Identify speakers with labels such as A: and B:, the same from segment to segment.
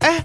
A: 哎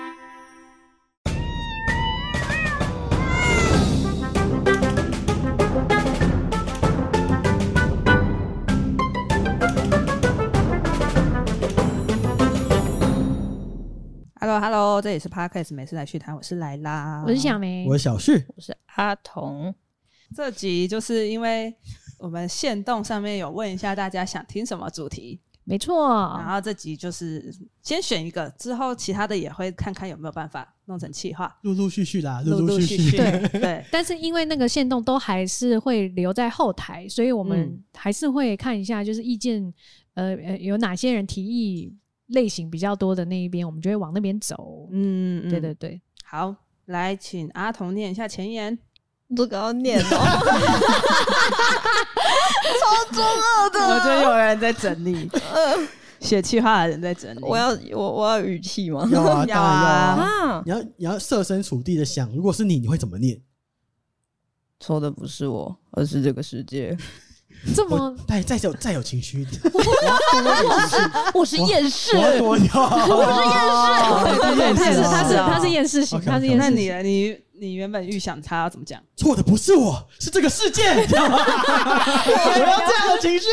B: Hello Hello，这里是 Podcast 每次来续谈，我是莱拉，
C: 我是小梅，
D: 我是小旭，
C: 我是阿童。
B: 这集就是因为我们线动上面有问一下大家想听什么主题，
C: 没错，
B: 然后这集就是先选一个，之后其他的也会看看有没有办法弄成企划，
D: 陆陆续续啦，
B: 陆
D: 陆
B: 陆
D: 续
B: 续续。
D: 对，
B: 对 对
C: 但是因为那个线动都还是会留在后台，所以我们
B: 嗯
C: 还是会看一下，就是意见，呃呃，有哪些人提议类型比较多的那一边，我们就会往那边走。
B: 嗯，嗯
C: 对对，对，
B: 好，来请阿童念一下前言。
E: 这个要念哦， 超中二
B: 我觉得
E: 的。
B: 有人在整理， 写企划的人在整理。
E: 我要我我要语气 吗？
D: 要啊，当然要啊。
E: 啊，
D: 你要你要设身处地的想，如果是你，你会怎么念？
E: 说的不是我，而是这个世界。
C: 这
D: 我
C: 么
D: 再再有再有情绪一点，我要多有情绪
E: 我是厌世
D: 我要多有，
B: 对哦对对，
C: 他
B: 他
C: 是
B: 是
C: 他
B: 他
C: 是
B: 是
C: 他
B: 他
C: 是
B: 是。
C: 厌世型，
D: OK，OK，
C: 他是 厌
B: 那
C: 世
B: 你
C: 型。
B: 呢你你原本预想他要怎么讲？
D: 错的不是我，是这个世界，你知道吗？我要这样的情绪。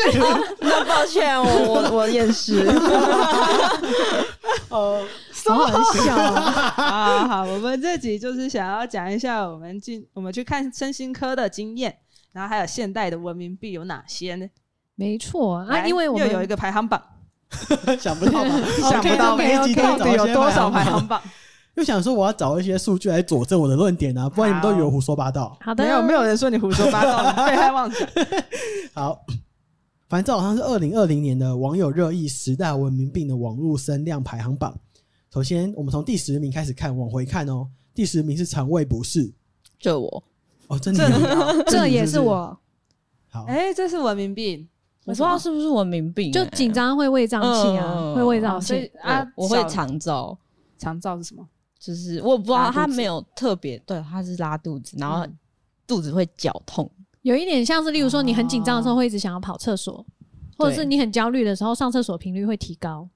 E: 那抱歉，我 我我厌世。
D: 哦，
C: 好好笑哦，
B: 啊，好，我们这集就是想要讲一下我们进我们去看身心科的经验，然后还有现代的文明病有哪些呢？
C: 没错啊，
B: 来
C: 因为我
B: 又
C: 们
B: 有一个排行榜，
D: 想不到吧？
B: 想不到
D: OK，每一集都
B: 到
D: 要找
B: 底
D: 一些
B: 有多少排
D: 排
B: 行
D: 行
B: 榜？
D: 又想说我要找一些数据来佐证我的论点啊，不然你们都以为我胡说八道。
C: 好的，
B: 没有没有人说你胡说八道，你被害妄想。
D: 好， 反正这好像是二零二零年的网友热议十大文明病的网络声量排行榜。首先，我们从第十名开始看，往回看哦。第十名是肠胃不适，
E: 这我
D: 哦，真的有，
C: 这也
D: 是
C: 是。我，
D: 好，
B: 哎，这是文明病，
E: 我不知道是不是文明病，
C: 就紧张会胃胀气啊，
E: 嗯
C: 会胃胀
B: 哦所以
C: 气。
B: 啊
E: 啊，我会
B: 小
E: 肠燥。
B: 肠燥是什么？
E: 就是我不知
B: 拉
E: 道
B: 肚子
E: 他没有特别对，他是拉肚子，然后
B: 嗯
E: 肚子会绞痛，
C: 有一点像是，例如说你很紧张的时候会一直想要跑厕所，或者是你很焦虑的时候上厕所频率会提高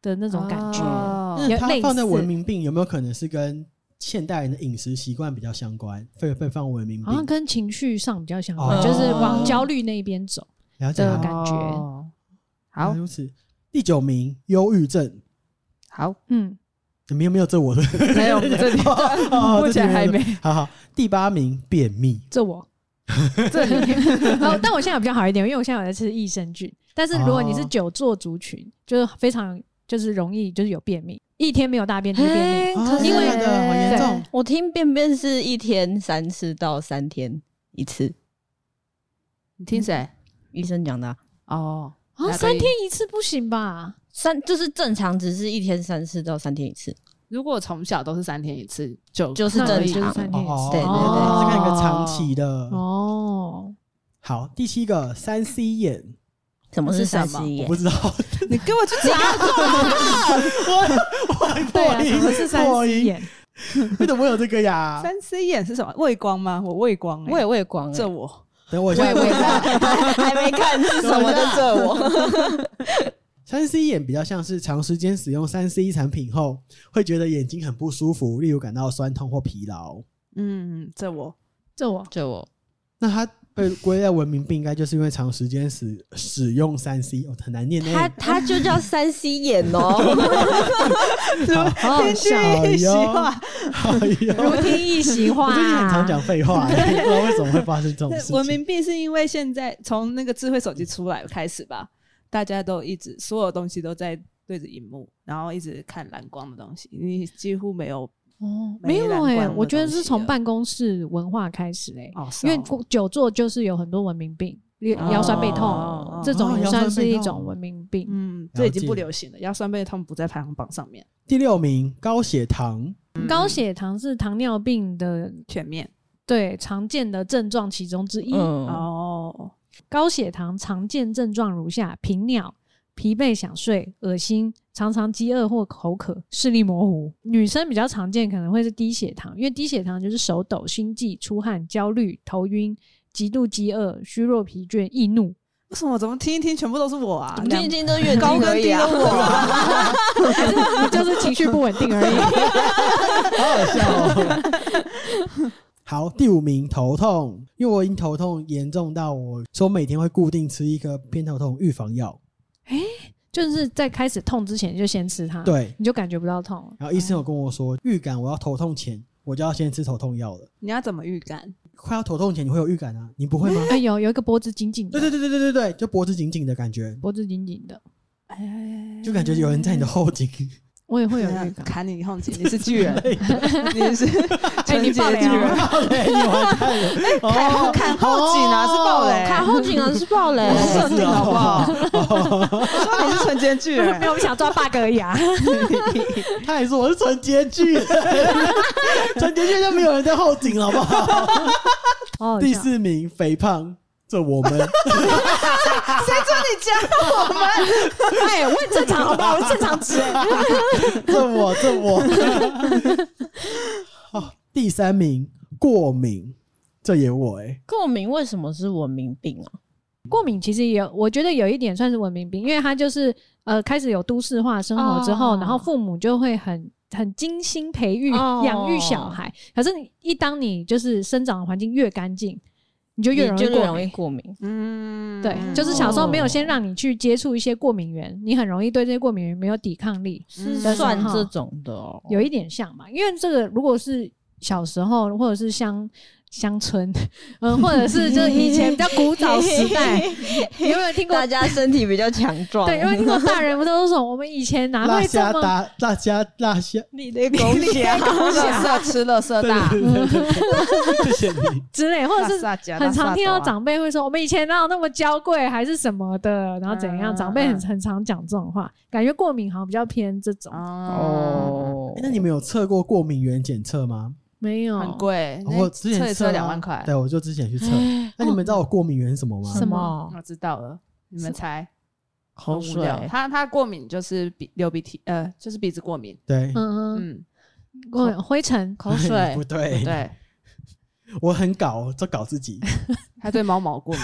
C: 的那种感觉。
B: 哦
D: 那
C: 有
D: 它
C: 类
D: 放在
C: 似
D: 文明病有没有可能是跟现代人的饮食习惯比较相关？会被放文明
C: 好像
D: 病，
C: 跟情绪上比较相关，
D: 哦
C: 就是往焦虑那一边走。
D: 了解
C: 的
D: 好
C: 感觉
B: 哦
D: 原
B: 好
D: 来如此。第九名，忧郁症，
B: 好，
C: 嗯，
D: 没有没有这我的，
B: 没有我们这 里
D: 哦
B: 目前还没。
D: 好好，第八名便秘，
C: 这我这里， 哦，但我现在有比较好一点，因为我现在有在吃益生菌。但是如果你是
D: 哦
C: 久坐族群，就是非常就是容易就是有便秘，一天没有大便就是便秘。
E: 哎
D: 啊
E: 因为
D: 真的好严重，
E: 我听便便是一天三次到三天一次，
B: 你听谁？
E: 医生讲的啊、
B: 哦，
C: 啊，三天一次不行吧？
E: 三就是正常，只是一天三次到三天一次，
B: 如果从小都是三天一次，就
E: 就是
C: 那
E: 正
C: 就是
E: 常。
C: 三
D: 哦
C: 天一次。
E: 对对
C: 哦
E: 对
D: 是看一个长期的。
C: 哦，
D: 好，第七个三 C 眼，
E: 什么
B: 是
E: 是
B: 什么
E: 三十
D: 我
E: 一
D: 不？知道，
B: 你给我去查。
C: 对啊，
D: 破音
C: 什么是三
D: 破
C: C
D: 音
C: 眼？
D: 为什么会有这个呀？
B: 三 C 眼是什么？畏光吗？我畏光、欸，
E: 我也畏光、欸，
B: 这我
D: 等我一下，
E: 还没看是什么的这我，
D: 三 C 眼比较像是长时间使用三 C 产品后，会觉得眼睛很不舒服，例如感到酸痛或疲劳。
B: 嗯，这我
C: 这我
E: 这我
D: 那它被归在文明病，应该就是因为长时间使使用三 C，哦，很难念
E: 他
D: 呢。
E: 他就叫三 C 眼哦，
C: 好好笑，
D: 哎
B: 一
D: 呦
B: 席话，
D: 哎呦，
C: 如听一席啊话。
D: 我最近很常讲 废话，不知道为什么会发生这种事
B: 这
D: 情。
B: 文明病是因为现在从那个智慧手机出来开始吧，大家都一直所有东西都在对着荧幕，然后一直看蓝光的东西，你几乎没有
C: 哦，
B: 没
C: 没有
B: 蓝
C: 哎、
B: 光的
C: 我觉得
B: 东
C: 是
B: 西
C: 从
B: 了
C: 办公室文化开始哎、
B: 哦，是
C: 因为
B: 哦
C: 久坐就是有很多文明病，腰腰酸背
B: 哦
C: 痛，这种也
D: 哦
C: 算是一
D: 腰酸背
C: 种
D: 痛
C: 文明病。
B: 嗯，这已经
D: 了解
B: 不流行了，腰酸背痛不在排行榜上面，
D: 第六名高血糖，
B: 嗯
C: 高血糖是糖尿病的
B: 全面
C: 对常见的症状其中之一。
E: 嗯，
B: 哦，
C: 高血糖常见症状如下：频尿、疲惫、想睡、恶心，常常饥饿或口渴，视力模糊。女生比较常见可能会是低血糖，因为低血糖就是手抖、心悸、出汗、焦虑、头晕、极度饥饿、虚弱、疲倦、易怒。
B: 为什么怎么听一听全部都是我啊？
E: 听一
B: 两
E: 听都远
B: 高
E: 近
B: 跟
E: 而
B: 低
E: 已
B: 都
E: 啊。
B: 我啊，
C: 就是情绪不稳定而已。
D: 好好笑哦。好，第五名头痛，因为我已经头痛严重到我说每天会固定吃一颗偏头痛预防药，
C: 就是在开始痛之前就先吃它，，
D: 对。
C: 你就感觉不到痛了。
D: 然后医生有跟我说，预感我要头痛前，我就要先吃头痛药了。
B: 你要怎么预感？
D: 快要头痛前你会有预感啊？你不会吗？
C: 哎有有一个脖子紧紧
D: 对
C: 的，
D: 对对对对对对，就脖子紧紧的感觉，
C: 脖子紧紧的，
B: 哎
D: 就感觉有人在你的后颈。
C: 我也会有
B: 怎样
C: 预感。
B: 砍你后颈，你是巨人，你是
C: 哎
B: 纯
C: 你
B: 洁
C: 爆雷
B: 巨人
C: 啊，
D: 对，你完蛋了。
B: 砍后砍后颈啊，是爆雷，
E: 卡后颈啊， 是爆雷。
B: 设定好不好？说你是纯洁巨人
C: 没，有，我们想抓 bug 而已啊。
D: 他还说我是纯洁 剧，纯洁剧就没有人在后颈，好不好？
C: 好好笑
D: 第四名肥胖，这我们
E: 啊
B: 谁准你加我们？
C: 哎，我很正常，好吧，我正常值。
D: 这我这我。好，第三名过敏，这也我哎、
E: 过敏为什么是文明病啊？
C: 过敏其实也有，我觉得有一点算是文明病，因为它就是呃开始有都市化生活之后，
E: 哦
C: 然后父母就会很很精心培育、
E: 哦
C: 养育小孩。可是你一当你就是生长的环境越干净，你就越容易
E: 就
C: 过
E: 容易
C: 敏。
E: 过敏。
B: 嗯，
C: 对，就是小时候没有先
E: 哦
C: 让你去接触一些过敏源，你很容易对这些过敏源没有抵抗力。
E: 是
B: 嗯
E: 算这种的哦，
C: 有一点像吧，因为这个如果是小时候或者是乡乡村，嗯，或者是就是以前比较古早时 代，你有没有听过
E: 哎大？家身体比较强壮。
C: 对，有 没有听过大人们都说我们以前哪
D: 辣
C: 啊会这
D: 虾
C: 么？
D: 大辣虾辣虾，
E: 你的狗血啊，
B: 垃圾吃垃圾
D: 对
B: 大，
D: 对对对对，谢谢你。
C: 之类，或者
B: 垃
C: 是
B: 圾加
C: 很
B: 垃圾
C: 常听到
B: 多啊
C: 长辈会说我们以前哪有那么娇贵，还是什么的，然后怎样？
B: 嗯
C: 长辈
B: 嗯
C: 很很常讲这种话，感觉过敏好像比较偏这种，
D: 嗯
B: 哦，
E: 哦
D: 欸，那你们有测过过敏原检测吗？
C: 没有
B: 很贵，哎那
D: 我之前
B: 测一测
D: 啊
B: 两万块
D: 对，我就之前去测。
C: 嗯
D: 那你们知道我过敏源是什么吗
C: 哎哦什？么
B: 我哦知道了，你们猜，很无
E: 口水
B: 聊他他过敏就是鼻流鼻涕，呃，就是鼻子过敏，
D: 对，
C: 嗯嗯，
B: 嗯，
C: 过灰尘
B: 口水
D: 不，对，
B: 对，
D: 我很搞，就搞自己。
B: 他对猫毛 过敏，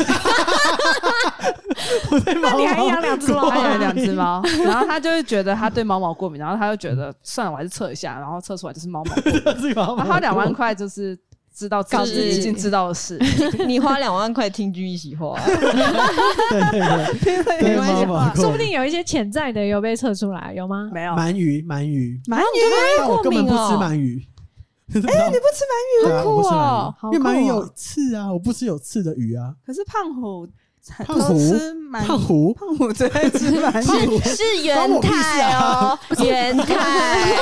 D: 我在毛
C: 你还
D: 毛
C: 养两只猫
D: 过
B: 他
D: 敏
B: 养了两只猫，然后他就会觉得他对猫毛过敏，然后他就觉
D: 嗯
B: 得算了，我还是测一下，然后测出来就是 猫毛过敏，
D: 自己毛毛
B: 然后两万块就是知道自
E: 搞
B: 己
E: 自己
B: 已经知道的事，
E: 你花两万块听君一席话，
D: 对对对，
B: 听了
D: 对
B: 没关系
D: 猫
C: 说
D: 毛过
C: 不
D: 敏。
C: 定有一些潜在的有被测出来，有 吗？
B: 没有，
D: 鳗鱼，鳗鱼，
B: 蛮牛，
D: 但我根本不吃
E: 过敏哦
D: 鳗鱼。 哎，你不吃鳗
B: 好酷哦
D: 我不吃鳗鱼，
C: 好酷
D: 因为鳗鱼
C: 哦
D: 有刺啊，我不吃有刺的鱼啊。
B: 可是胖虎
D: 胖
B: 都
D: 虎
B: 吃蛮
D: 胖虎，
B: 胖虎最爱 吃蛮
D: 胖 虎，
E: 是元泰哦，元泰。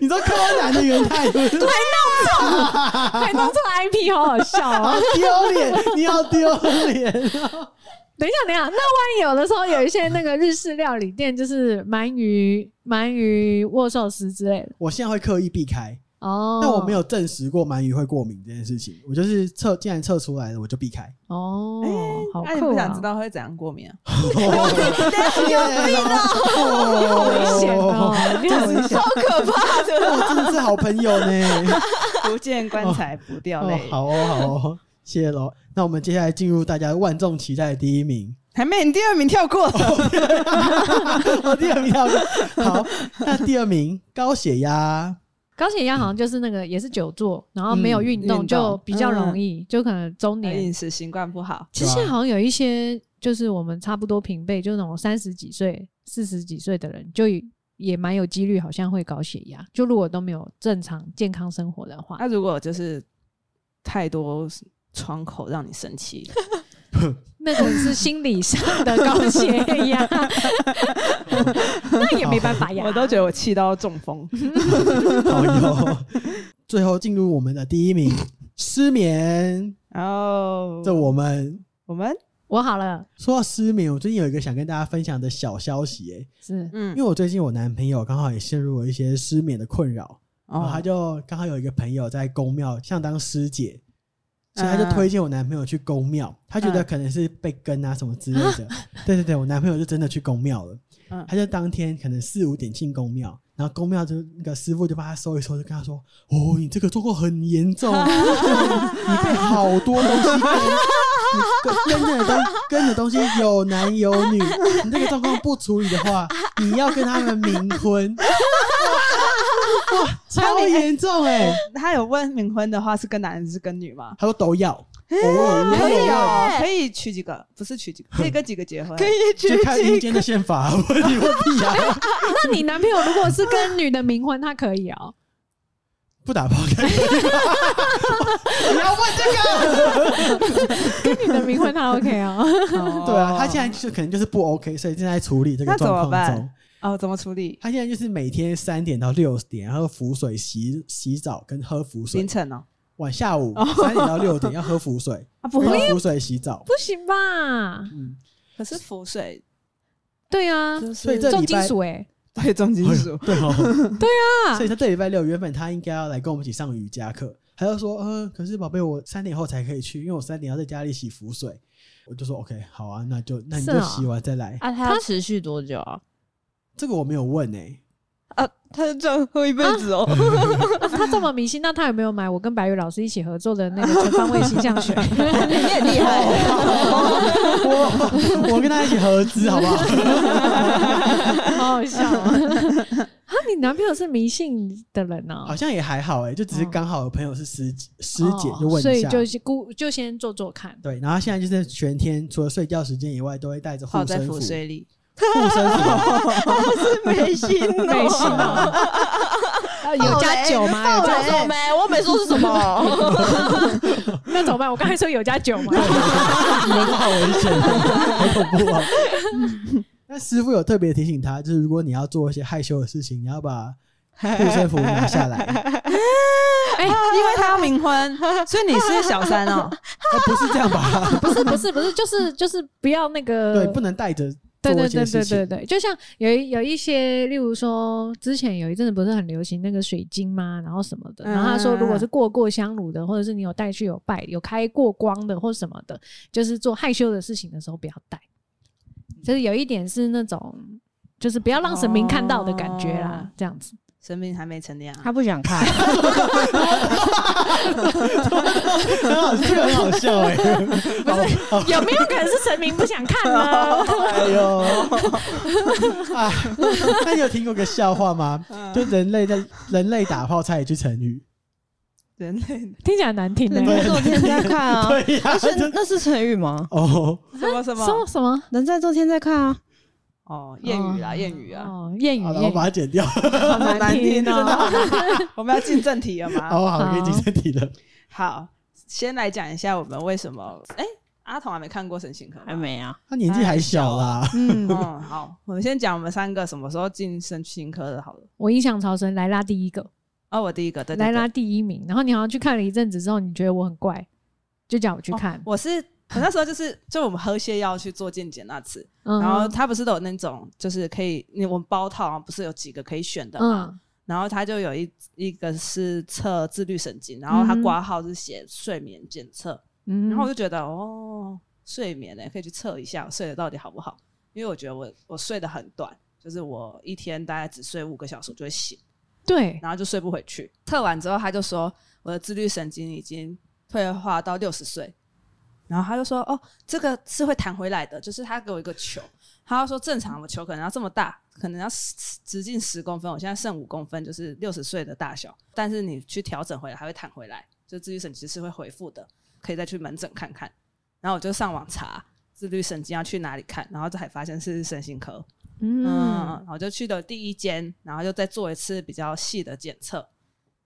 D: 你知道柯南的元太对不对？
C: 还弄错 IP，好好笑
D: 好
C: 哦！
D: 丢脸，你好丢脸。
C: 等一下，等一下，那万一有的时候有一些那个日式料理店，就是鳗鱼、鳗鱼握寿司之类的
D: 我现在会刻意避开，
C: 哦。
D: 但我没有证实过鳗鱼会过敏这件事情。我就是测，既然测出来了，我就避开。
C: 哦，好
B: 哎那你
C: 酷
B: 不
C: 啊！
D: 哦
B: 想知道会怎样过敏啊？
C: 好危险哦
D: 哦！
C: 你很
D: 好可怕的！我真的是好朋友呢。
B: 不见棺材不掉
D: 哦
B: 泪，，
D: 好哦，好哦，谢谢喽。那我们接下来进入大家万众期待的第一名，
B: 还没你第二名跳过 了，
D: 哦，第二名好好，那第二名高血压，
C: 高血压好像就是那个也是久坐，然后没有运
B: 嗯运动
C: 动就比较容易，就可能中年
B: 饮。食习惯不好，
C: 其实现在好像有一些就是我们差不多平辈，就那种三十几岁、四十几岁的人，就也也蛮有几率好像会高血压。就如果都没有正常健康生活的话，
B: 那如果就是太多窗口让你生气，
C: 那个是心理上的高血 压，那也没办法呀。
B: 我都觉得我 气到中风。
D: 好哟。最后进入我们的第一名失眠，
B: 然后
D: 这我们
B: 我们
C: 我好了，
D: 说到失眠，我最近有一个想跟大家分享的小消息、欸，
C: 是
B: 嗯
D: 因为我最近我男朋友刚好也陷入了一些失眠的困扰，然后
B: 哦
D: 他就刚好有一个朋友在公庙像当师姐，所以他就推荐我男朋友去公庙，他觉得
B: 嗯
D: 可能是被跟啊什么之类 的，对对对，我男朋友就真的去公庙了，
B: 嗯
D: 他就当天可能四五点进公庙，然后公庙就那个师傅就帮他收一收，就跟他说：“哦，你这个状况很严 重，你被好多东西跟跟跟着的东跟着东西有男有女，你这个状况不处理的 话，你要跟他们冥婚。”哇，超严重哎、
B: 他有问冥婚的话是跟男人是跟女吗？
D: 他说都 要，哦，
B: 可以哦，
E: 耶
B: 可以娶几个，不是娶几个，可以跟几个结婚。
E: 可以去
D: 就看阴间的宪法， 我你问屁啊！
C: 那你男朋友如果是跟女的冥婚，他可以哦、
D: 不打炮可 以吗？不要问这个。
C: 跟女的冥婚 他 OK 哦、
B: 哦
D: 对啊，他现在就可能就是不 OK，所以正在处理这个
B: 那怎么
D: 状况中
B: 办。哦怎么处理？
D: 他现在就是每天三点到六点，然后浮水洗洗澡跟喝浮水
B: 凌，晨哦，
D: 晚下午三点到六点要喝浮水，
B: 啊 不
D: 喝
B: 会，
D: 浮水洗澡。
C: 不行吧？
D: 嗯，
B: 可是浮水
C: 对啊，
B: 就是
D: 所以这
C: 重
D: 礼
C: 金
D: 拜
C: 属哎、
B: 对重金属，
D: 对 哦，
C: 啊
D: 所以他这礼拜六原本他应该要来跟我们一起上瑜伽课，他就说，嗯、可是宝贝，我三点后才可以去，因为我三点要在家里洗浮水。我就说 OK，好啊，那就那你
C: 是
D: 就
C: 哦
D: 洗完再来。
E: 啊？他要持续多久啊？
D: 这个我没有问哎、
E: 啊，他就这样喝一辈子哦。
C: 啊他这么迷信，那他有没有买我跟白宇老师一起合作的那个全方位形象 学？
E: 你很厉害，
D: 我我跟他一起合资好不好？
C: 好好笑啊！啊，你男朋友是迷信的人啊呢、
D: 好像也还好哎、就只是刚好有朋友是师姐师姐
C: 哦，
D: 就问
C: 所
D: 一
C: 以
D: 下。
C: 就是估就先做做看。
D: 对，然后现在就是全天除了睡觉时间以外，都会带着护
B: 泡在
D: 身符、哦
B: 浮
D: 护身
B: 水里。
D: 符。
E: 没心哦
C: 内心啊，啊 有加酒吗？有加
E: 酒没？我没说是什么。
C: 那怎么办？我刚才说有加酒吗？
D: 你们都好危险，好恐怖啊！ 那师傅有特别提醒他，就是如果你要做一些害羞的事情，你要把护身符拿下来，
C: 哎，
B: 因为他要冥 婚，所以你是小三哦。
D: 那不是这样吧？
C: 不是不是不是，就是就是不要那个，
D: 对，不能带着
C: 对
D: 做
C: 对
D: 一些
C: 对
D: 事
C: 对对
D: 情。
C: 对，就像有一有一些，例如说之前有一阵子不是很流行那个水晶吗？然后什么的，然后他说如果是过过香炉的，或者是你有带去有拜有开过光的或什么的，就是做害羞的事情的时候不要带，就是有一点是那种。就是不要让神明看到的感觉啦，
B: 哦
C: 这样子。
B: 生命还没成年啊，
E: 他不想看，
D: 很好，这个很好笑哎、
C: 有没有可能是神明不想看呢？
D: 哎呦， 哎，那你有听过个笑话吗？就人类在人类打泡菜一句成语，
B: 人类
C: 听起来很难 听欸呢、
E: 人在做天在看 啊。
D: 对呀、
E: 那是
D: 真
E: 那是成语吗？
D: 哦，
B: 什么什
C: 什么
B: 么
C: 什么
E: 人在做天在看啊。
B: 哦，谚语啦，
C: 哦
B: 谚语 啊，
C: 哦，谚语，
D: 好了，我把
C: 谚
D: 它剪掉。
C: 语好
B: 好
C: 难
B: 难
C: 听
B: 听
C: 哦。
B: 哦。 我们要进正题了吗？
D: 哦，好，可以进正题了。
B: 好，先来讲一下我们为什么哎。阿童还没看过《神行科》，
E: 还。没啊？
D: 他年纪还哎小啦，
C: 嗯，
B: 嗯，好，我们先讲我们三个什么时候进神行科的，好了。
C: 我印象超深，莱拉第一个，
B: 哦，我第一个，对对
C: 莱
B: 对
C: 拉第一名。然后你好像去看了一阵子之后，你觉得我很怪，就叫我去看
B: 哦。我是我那时候就是就我们喝泻药去做健检那次，
C: 嗯
B: 哦然后他不是都有那种就是可以你我们包套啊，不是有几个可以选的嘛？
C: 嗯
B: 然后他就有一一个是测自律神经，然后他
C: 嗯哼
B: 挂号是写睡眠检测，
C: 嗯，
B: 然后我就觉得哦，睡眠呢、可以去测一下我睡得到底好不好，因为我觉得我我睡得很短，就是我一天大概只睡五个小时我就会醒。
C: 对，
B: 然后就睡不回去。测完之后，他就说我的自律神经已经退化到六十岁，然后他就说哦，这个是会弹回来的，就是他给我一个球，他就说正常我球可能要这么大，可能要十直径十公分，我现在剩五公分，就是六十岁的大小，但是你去调整回来，还会弹回来，就自律神经是会回复的，可以再去门诊看看。然后我就上网查。自律神经要去哪里看？然后这才发现是身心科。嗯，
C: 嗯
B: 然后就去了第一间，然后就再做一次比较细的检测。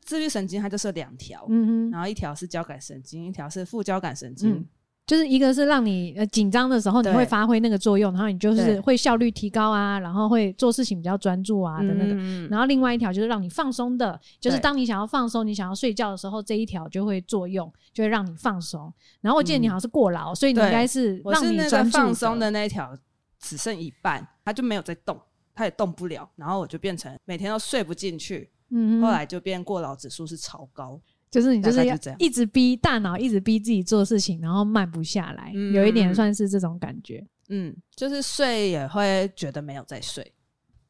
B: 自律神经它就是有两条，
C: 嗯哼
B: 然后一条是交感神经，一条是副交感神经。
C: 嗯就是一个是让你呃紧张的时候你
B: 对
C: 会发挥那个作用，然后你就是
B: 对
C: 会效率提高啊，然后会做事情比较专注啊的那个。
B: 嗯
C: 然后另外一条就是让你放松的，就是
B: 对
C: 当你想要放松、你想要睡觉的时候，这一条就会作用，就会让你放松。然后我记得你好像是过劳，所以你应
B: 嗯对
C: 该是
B: 我
C: 让
B: 是
C: 你
B: 那个
C: 专注
B: 放松的那一条只剩一半，它就没有在动，它也动不了，然后我就变成每天都睡不进去，
C: 嗯，
B: 后来就变过劳指数是超高，
C: 就是你就
B: 大
C: 是
B: 概
C: 要
B: 就这样
C: 一直逼大脑，一直逼自己做事情，然后慢不下来，
B: 嗯
C: 有一点算是这种感觉。
B: 嗯，就是睡也会觉得没有在睡，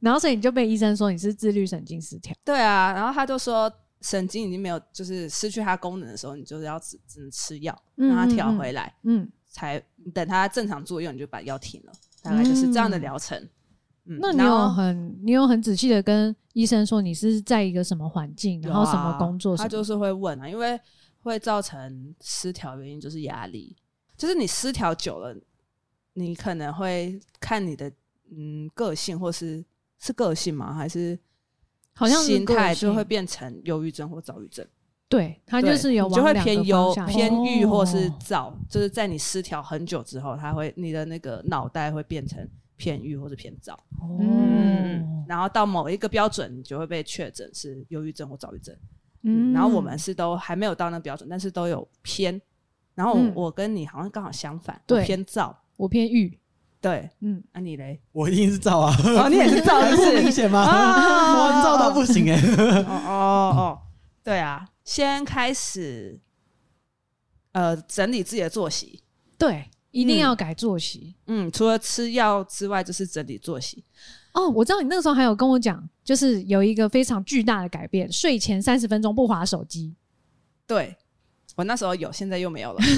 C: 然后所以你就被医生说你是自律神经失调，
B: 对啊，然后他就说神经已经没有，就是失去它功能的时候，你就是要只只能吃药
C: 嗯
B: 让它调回来，
C: 嗯，
B: 才等它正常作用你就把药停了，大概就是这样的疗程。嗯
C: 那你
B: 然
C: 有
B: 后
C: 很你有很仔细的跟医生说你是在一个什么环境，然后什么工作
B: 有啊
C: 什
B: 他
C: 么，
B: 就是会问啊，因为会造成失调原因就是压力，就是你失调久了，你可能会看你的嗯个性，或是是个性吗？还是
C: 好像是
B: 心态
C: 个性
B: 就会变成忧郁症或躁郁症？
C: 对他
B: 对
C: 就是有
B: 你就会
C: 往两个
B: 偏忧
C: 方、向
B: 偏郁
C: 哦
B: 或是躁，就是在你失调很久之后，它会你的那个脑袋会变成偏郁或者偏躁，
C: 哦嗯
B: 然后到某一个标准，你就会被确诊是忧郁症或躁郁症。
C: 嗯
B: 然后我们是都还没有到那标准，但是都有偏。然后我,、
C: 嗯
B: 我跟你好像刚好相反，
C: 对
B: 我偏躁。
C: 我偏郁，
B: 对，
C: 嗯，
B: 啊你嘞？
D: 我一定是照啊，
B: 哦，你也是躁，是不
D: 还不
B: 是
D: 明显吗？
B: 啊
D: 我照到不行哎、 欸，
B: 哦哦哦，对啊，先开始，呃，整理自己的作息。
C: 对，一定
B: 嗯
C: 要改作息。
B: 嗯，除了吃药之外，就是整理作息。
C: 哦，我知道你那个时候还有跟我讲，就是有一个非常巨大的改变，睡前三十分钟不划手 机。
B: 对我那时候有，现在又没 有了，怎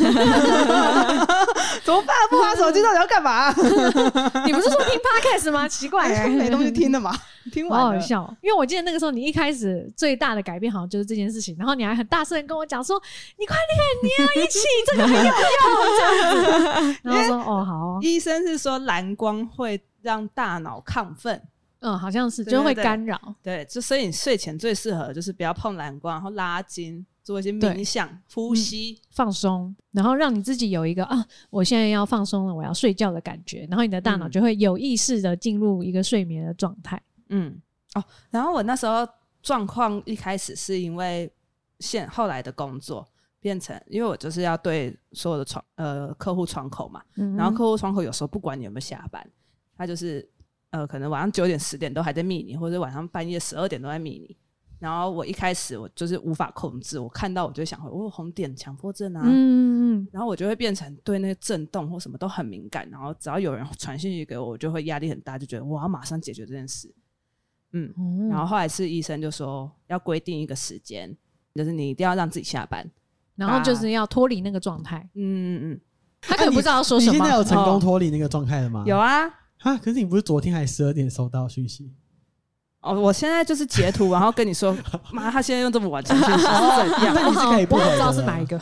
B: 么办？不玩手机到底要干 嘛？
C: 你不是说听 podcast 吗？奇怪、欸，
B: 没东西听的嘛，听
C: 好
B: 完
C: 好
B: 了。
C: 笑哦，因为我记得那个时候你一开始最大的改变好像就是这件事情，然后你还很大声地跟我讲说：“你快点，你要一起，这个很有用。” 这样子，然后我说：“哦，好哦
B: 医生是说蓝光会让大脑亢奋，
C: 嗯，好像是，
B: 对
C: 就会
B: 对对
C: 干扰。
B: 对，就所以你睡前最适合就是不要碰蓝光，然后拉筋，做一些冥想、呼吸。
C: 放松，然后让你自己有一个啊，我现在要放松了，我要睡觉的感觉，然后你的大脑
B: 嗯
C: 就会有意识的进入一个睡眠的状态。
B: 嗯，哦，然后我那时候状况一开始是因为现后来的工作变成，因为我就是要对所有的窗呃客户窗口嘛，
C: 嗯
B: 然后客户窗口有时候不管你有没有下班，他就是呃，可能晚上九点十点都还在密你，或者晚上半夜十二点都在密你。然后我一开始我就是无法控制，我看到我就想回，哦，红点强迫症啊，
C: 嗯嗯
B: 然后我就会变成对那个震动或什么都很敏感，然后只要有人传讯息给我，我就会压力很大，就觉得我要马上解决这件事。嗯，
C: 嗯，
B: 然后后来是医生就说要规定一个时间，就是你一定要让自己下班。
C: 然后就是要脱离那个状态，
B: 嗯嗯嗯，
C: 他可能不知道说
D: 啊你
C: 什
D: 现
C: 么
D: 在。有成功脱离那个状态了吗？
B: 有啊，
D: 啊，可是你不是昨天还十二点收到讯息？
B: 哦，我现在就是截图，然后跟你说，妈，他现在用这么晚传讯息是怎样？
D: 那你是可以不
C: 我
D: 回
C: 不
D: 的
C: 知道是哪一 个，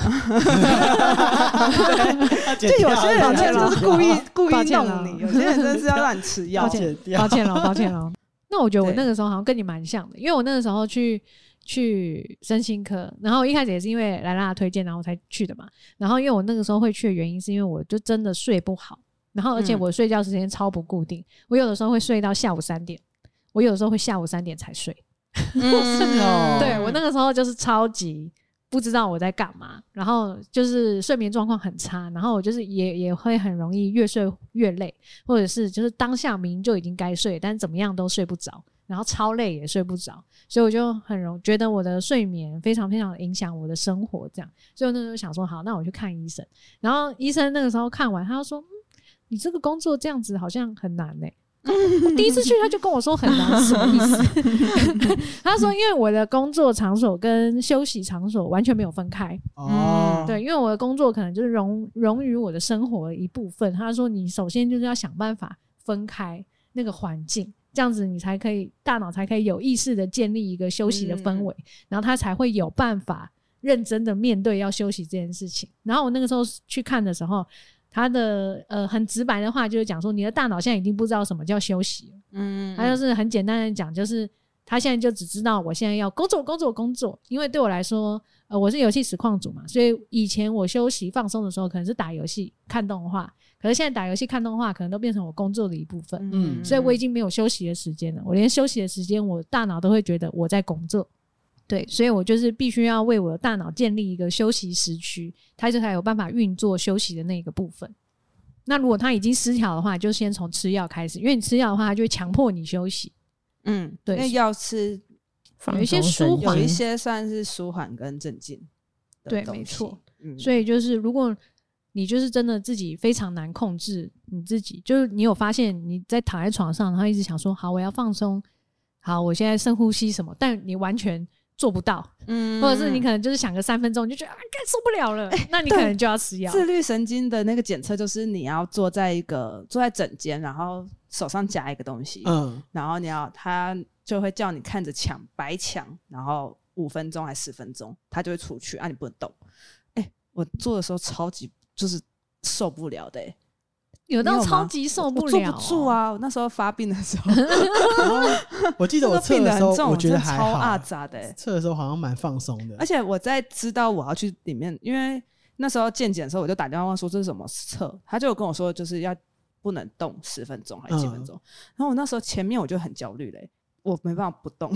D: 就
B: 就 有些人真的就是故意故
C: 抱
B: 意
C: 歉
B: 弄
C: 了
B: 你，有些人真的是要让你吃药
D: 要。剪掉
C: 抱，歉了，抱歉了。那我觉得我
B: 对
C: 那个时候好像跟你蛮像的，因为我那个时候去去身心科，然后一开始也是因为莱拉的推荐，然后才去的嘛。然后因为我那个时候会去的原因，是因为我就真的睡不好，然后而且
B: 嗯
C: 我睡觉时间超不固定，我有的时候会睡到下午三点，我有的时候会下午三点才睡。
B: 嗯
D: 哦
C: 对我那个时候就是超级不知道我在干嘛，然后就是睡眠状况很差，然后我就是也也会很容易越睡越累，或者是就是当下明明就已经该睡，但怎么样都睡不着，然后超累也睡不着，所以我就很容觉得我的睡眠非常非常地影响我的生活，这样，所以我那时候想说，好，那我去看医生，然后医生那个时候看完，他就说，嗯，你这个工作这样子好像很难呢、 我第一次去他就跟我说很难，什么意思？他说因为我的工作场所跟休息场所完全没有分开，
B: 嗯
D: 哦，
C: 对，因为我的工作可能就是融融于我的生活的一部分。他说，你首先就是要想办法分开那个环境，这样子你才可以大脑才可以有意识的建立一个休息的氛围，然后他才会有办法认真的面对要休息这件事情。然后我那个时候去看的时候。他的呃很直白的话就是讲说，你的大脑现在已经不知道什么叫休息了，
B: 嗯
C: 他就是很简单的讲，就是他现在就只知道我现在要工作、工作、工作，因为对我来说，呃，我是游戏实况组嘛，所以以前我休息放松的时候可能是打游戏、看动画，可是现在打游戏、看动画可能都变成我工作的一部分，
D: 嗯
C: 所以我已经没有休息的时间了。我连休息的时间，我大脑都会觉得我在工作。对，所以我就是必须要为我的大脑建立一个休息时区，它就才有办法运作休息的那个部分。那如果它已经失调的话，就先从吃药开始，因为你吃药的话，它就会强迫你休息。
B: 嗯，
C: 对
B: 因为药吃
E: 放
C: 有一些
E: 松神
C: 舒
E: 经
B: 有一些算是舒缓跟镇静的
C: 对
B: 东
C: 没
B: 西
C: 错，
B: 嗯，
C: 所以就是，如果你就是真的自己非常难控制你自己，就是你有发现你在躺在床上，然后一直想说好我要放松，好我现在深呼吸什么，但你完全做不到，
B: 嗯哎
C: 或者是你可能就是想个三分钟你就觉得啊，干受不了了，那你可
B: 对
C: 能就要吃药。
B: 自律神经的那个检测就是你要坐在一个坐在枕间，然后手上夹一个东西，
D: 嗯，
B: 然后你要他就会叫你看着墙白墙，然后五分钟还十分钟，他就会出去啊，你不能动。哎、我做的时候超级就是受不了的、欸，
C: 有
B: 你
C: 到
B: 有吗
C: 超级受
B: 我
D: 哦
C: 不
B: 坐
C: 了、哦
B: 不住！啊！我那时候发病的 时候，
D: 然后我记得我测
B: 病
D: 的
B: 得
D: 时
B: 很
D: 候，
B: 重，
D: 我觉得
B: 真的
D: 还
B: 超阿
D: 好，啊
B: 杂的、欸。
D: 测的时候好像蛮放松的
B: 而。且我在知道我要去里面，因为那时候健检的时候，我就打电话问说这是什么测，他就有跟我说就是要不能动十分钟还是几分钟。然后我那时候前面我就很焦虑嘞、我没办法不动，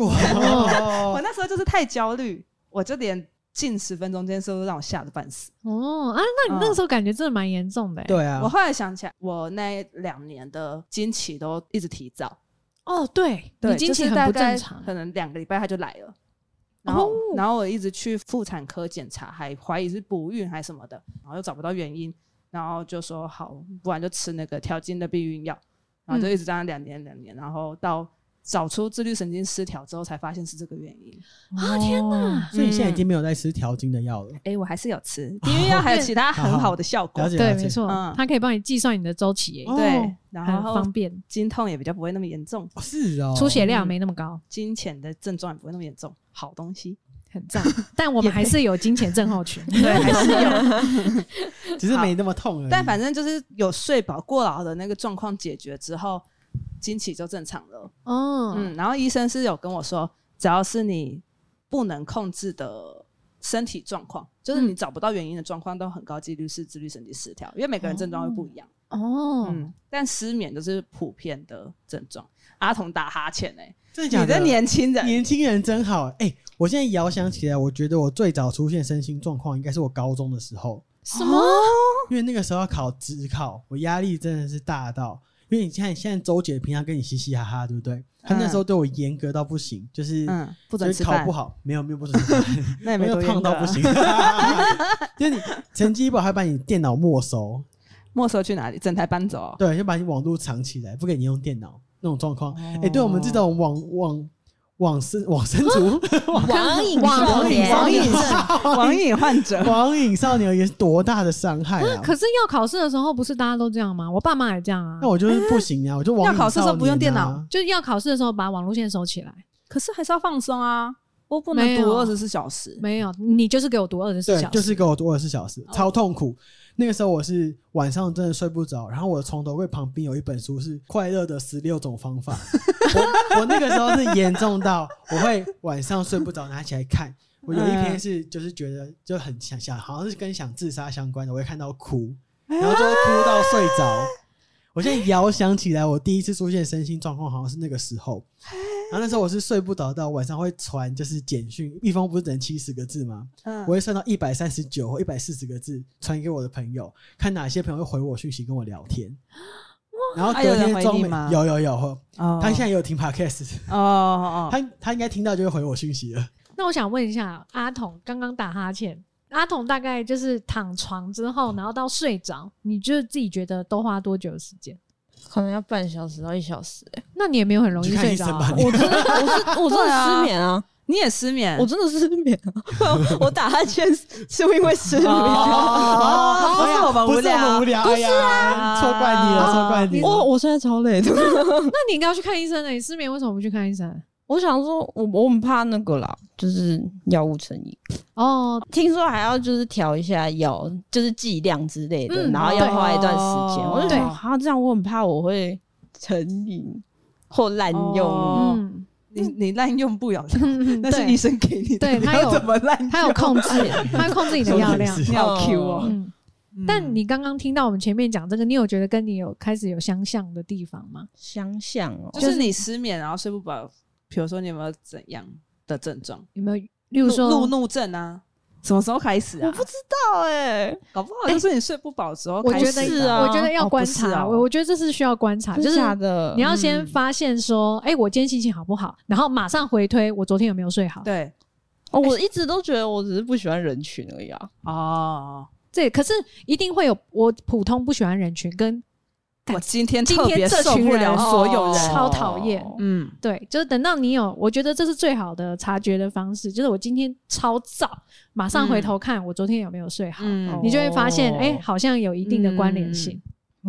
B: 我
D: 哇，
B: 那时候就是太焦虑，我就连近十分钟这件事都让我吓得半死。
C: 哦啊，那
B: 嗯
C: 你那个时候感觉真的蛮严重的、欸。，
D: 对啊
B: 我，后来想起来，我那两年的经期都一直提早，
C: 哦，对，
B: 对，
C: 你经期
B: 就是
C: 很
B: 大
C: 不
B: 概
C: 正常。
B: 可能两个礼拜它就来了。然后，
C: 哦
B: 然后我一直去妇产科检查，还怀疑是不孕还什么的，然后又找不到原因，然后就说好，不然就吃那个调经的避孕药，然后就一直这样两年两年，然后到找出自律神经失调之后，才发现是这个原因。
C: 啊天
B: 哦
C: 哪！
D: 所以你现在已经没有在吃调经的药了。
B: 哎，我还是有吃避孕药，还有其他很好的效果
D: 了。解，
C: 对，
D: 了解
C: 没。错
B: 嗯，
C: 它可以帮你计算你的周期耶、
D: 哦
B: 对，
C: 很
B: 然后
C: 方便，
B: 经痛也比较不会那么严重，
D: 哦是哦，
C: 出血量
B: 嗯
C: 没那么高。
B: 金钱的症状也不会那么严重，好东西。
C: 很赞，但我们还是有金钱症 候群。
B: 对，还是有。
D: 只是没那么痛而已。
B: 但反正就是有睡饱过劳的那个状况解决之后，经期就正常了。
C: 哦，
B: 嗯，然后医生是有跟我说，只要是你不能控制的身体状况，就是你
C: 嗯
B: 找不到原因的状况，都很高几率是自律神经失调，因为每个人症状会不一样。
C: 哦，
B: 嗯，但失眠就是普遍的症状。阿童打哈欠哎、
D: 真的
B: 你
D: 假
B: 这
D: 的？
B: 年轻人，
D: 年轻人真好。哎，我现在遥想起来，我觉得我最早出现身心状况应该是我高中的时候，
C: 什么？
B: 嗯
D: 因为那个时候要考职考，我压力真的是大到。因为你看，现在周姐平常跟你嘻嘻哈哈，对不对？她那时候对我严格到不行，就是
B: 嗯，不
D: 哦就
B: 准
D: 是
B: 吃
D: 考
B: 饭
D: 不，好，没有没有不准吃饭，
B: 那也
D: 没
B: 没
D: 有
B: 多
D: 胖
B: 严格
D: 到不
B: 啊。
D: 行，就是你成绩不好，还把你电脑没收，
B: 没收去哪里？整台搬走哦、
D: 对，就把你网络藏起来，不给你用电脑那种状况。
B: 哦
D: 哎、对我们这种网网网生 网生 族、，
E: 网瘾
C: 网
E: 少
C: 瘾
E: 年
C: 网瘾
B: 网瘾患者
D: 网瘾少年也是多大的伤害啊！
C: 可是要考试的时候，不是大家都这样吗？我爸妈也这样啊
D: 那。我就是不行啊，我就网瘾、啊、
B: 要考试的时候不用电脑，
C: 就是要考试的时候把网路线收起来，
B: 可是还是要放松啊，我不
C: 没
B: 能
C: 有
B: 读二十四小时。
C: 没有，你就是给我读二十四
D: 对
C: 小，时，哦
D: 就是给我多二十小时，超痛苦。那个时候我是晚上真的睡不着，然后我的床头柜旁边有一本书是《快乐的十六种 方法》我，我那个时候是严重到我会晚上睡不着拿起来看。我有一篇是就是觉得就很想想，好像是跟想自杀相关的，我会看到哭，然后就会哭到睡着。 我现在遥想起来，我第一次出现身心状况好像是那个 时候，然后那时候我是睡不着，到晚上会传就是简讯，一封不是只能七十个字吗？
B: 嗯
D: 我会算到一百三十九或一百四十个字，传给我的朋友，看哪些朋友会回我讯息跟我聊天。然后
B: 啊
D: 隔
B: 有人
D: 天
B: 回
D: 中
B: 你
D: 美
B: 吗
D: 有有有，
B: 哦
D: 他现在也有听 podcast，
B: 哦哦哦，
D: 他他应该听到就会回我讯息了。
C: 那我想问一下，阿童刚刚打哈欠，阿童大概就是躺床之后，然后到睡着，你就自己觉得都花多久的时间？
E: 可能要半小时到一小时、欸。
C: 那你也没有很容易
D: 去看
C: 睡
D: 医
C: 着
D: 生
C: 啊、
D: 吧，你
E: 我我真
B: 对
E: 的
B: 啊
E: 失眠啊，
B: 你也失眠，
E: 我真的失眠啊。 我我打哈欠是是因为失眠。
B: 哦，不是我们无
D: 不是我们
B: 聊
D: 无，聊，哎呀，错怪你了，错怪你
E: 我
D: 了。
E: 我现在超累 的，
C: 那你应该要去看医生的、你失眠为什么不去看医生？
E: 我想说我，我很怕那个啦，就是药物成瘾。
C: 哦，
E: 听说还要就是调一下药，就是剂量之类的，
C: 嗯
E: 然后要花一段时间。
B: 对
E: 我就觉得
B: 哦
E: 啊，这样我很怕我会成瘾。或滥用。
B: 哦
C: 嗯，
B: 你你滥用不了它， 那是
C: 对
B: 医生给你的，
C: 对
B: 你
C: 它
B: 要
C: 有
B: 怎么滥用？
C: 它有控制，它有控制你的药量。
B: 你好 Q
E: 哦
B: 哦。
C: 嗯，但你刚刚听到我们前面讲这个，你有觉得跟你有开始有相像的地方吗？
E: 想想哦
B: 就，是你失眠然后睡不饱，比如说你有没有怎样的症状？
C: 有没有？例如说，
B: 路怒症啊，什么时候开始啊？
E: 我不知道哎、
B: 搞不好就是你睡不饱的时候
C: 我
B: 开
C: 觉
B: 始的啊。
C: 得
E: 是啊
C: 我觉得要
B: 哦
C: 观
B: 不是
C: 察，
B: 哦
C: 我、我觉得这是需要观察，就
E: 真
C: 是
E: 假的
C: 你要先
B: 嗯
C: 发现说，哎、我今天心情好不好，然后马上回推我昨天有没有睡好。
B: 对
E: 哦，我一直都觉得我只是不喜欢人群而已啊。
B: 哦，
C: 对，可是一定会有我普通不喜欢人群跟
B: 我今天
C: 今
B: 特
C: 天
B: 别
C: 这
B: 受
C: 群
B: 不
C: 人哦
B: 了所有人。
C: 超讨厌
B: 嗯，
C: 对，就是等到你有，我觉得这是最好的察觉的方式，就是我今天超燥，马上回头看我昨天有没有睡好，
B: 嗯
C: 你就会发现，
E: 哦
C: 哎、好像有一定的关联性。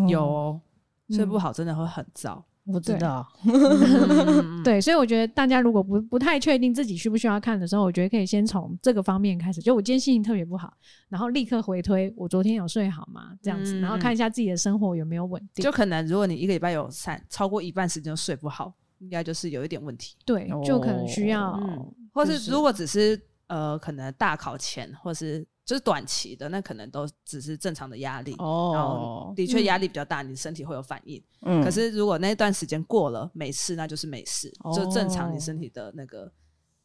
B: 有哦
C: 嗯
B: 睡不好真的会很糟。
E: 我知道，
B: 嗯，
C: 对，所以我觉得大家如果不不太确定自己需不需要看的时候，我觉得可以先从这个方面开始。就我今天心情特别不好，然后立刻回推我昨天有睡好吗？这样子，
B: 嗯
C: 然后看一下自己的生活有没有稳定。
B: 就可能如果你一个礼拜有三超过一半时间都睡不好，应该就是有一点问题。
C: 对，就可能需要、
B: 嗯，或是如果只是呃，可能大考前或是就是短期的，那可能都只是正常的压力。然后
E: 哦，
B: 的确压力比较大，你身体会有反应。
E: 嗯
B: 可是如果那段时间过了没事，那就是没事，
E: 哦
B: 就正常你身体的那个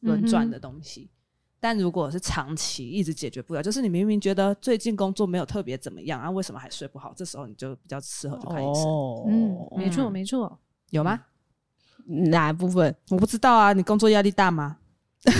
B: 轮转的东西。
E: 嗯
B: 但如果是长期一直解决不了，就是你明明觉得最近工作没有特别怎么样啊，为什么还睡不好？这时候你就比较适合去看医生，
E: 哦
C: 嗯，没错
B: 嗯
C: 没错，
B: 有吗？
E: 哪部分？
B: 我不知道啊，你工作压力大 吗？
D: 又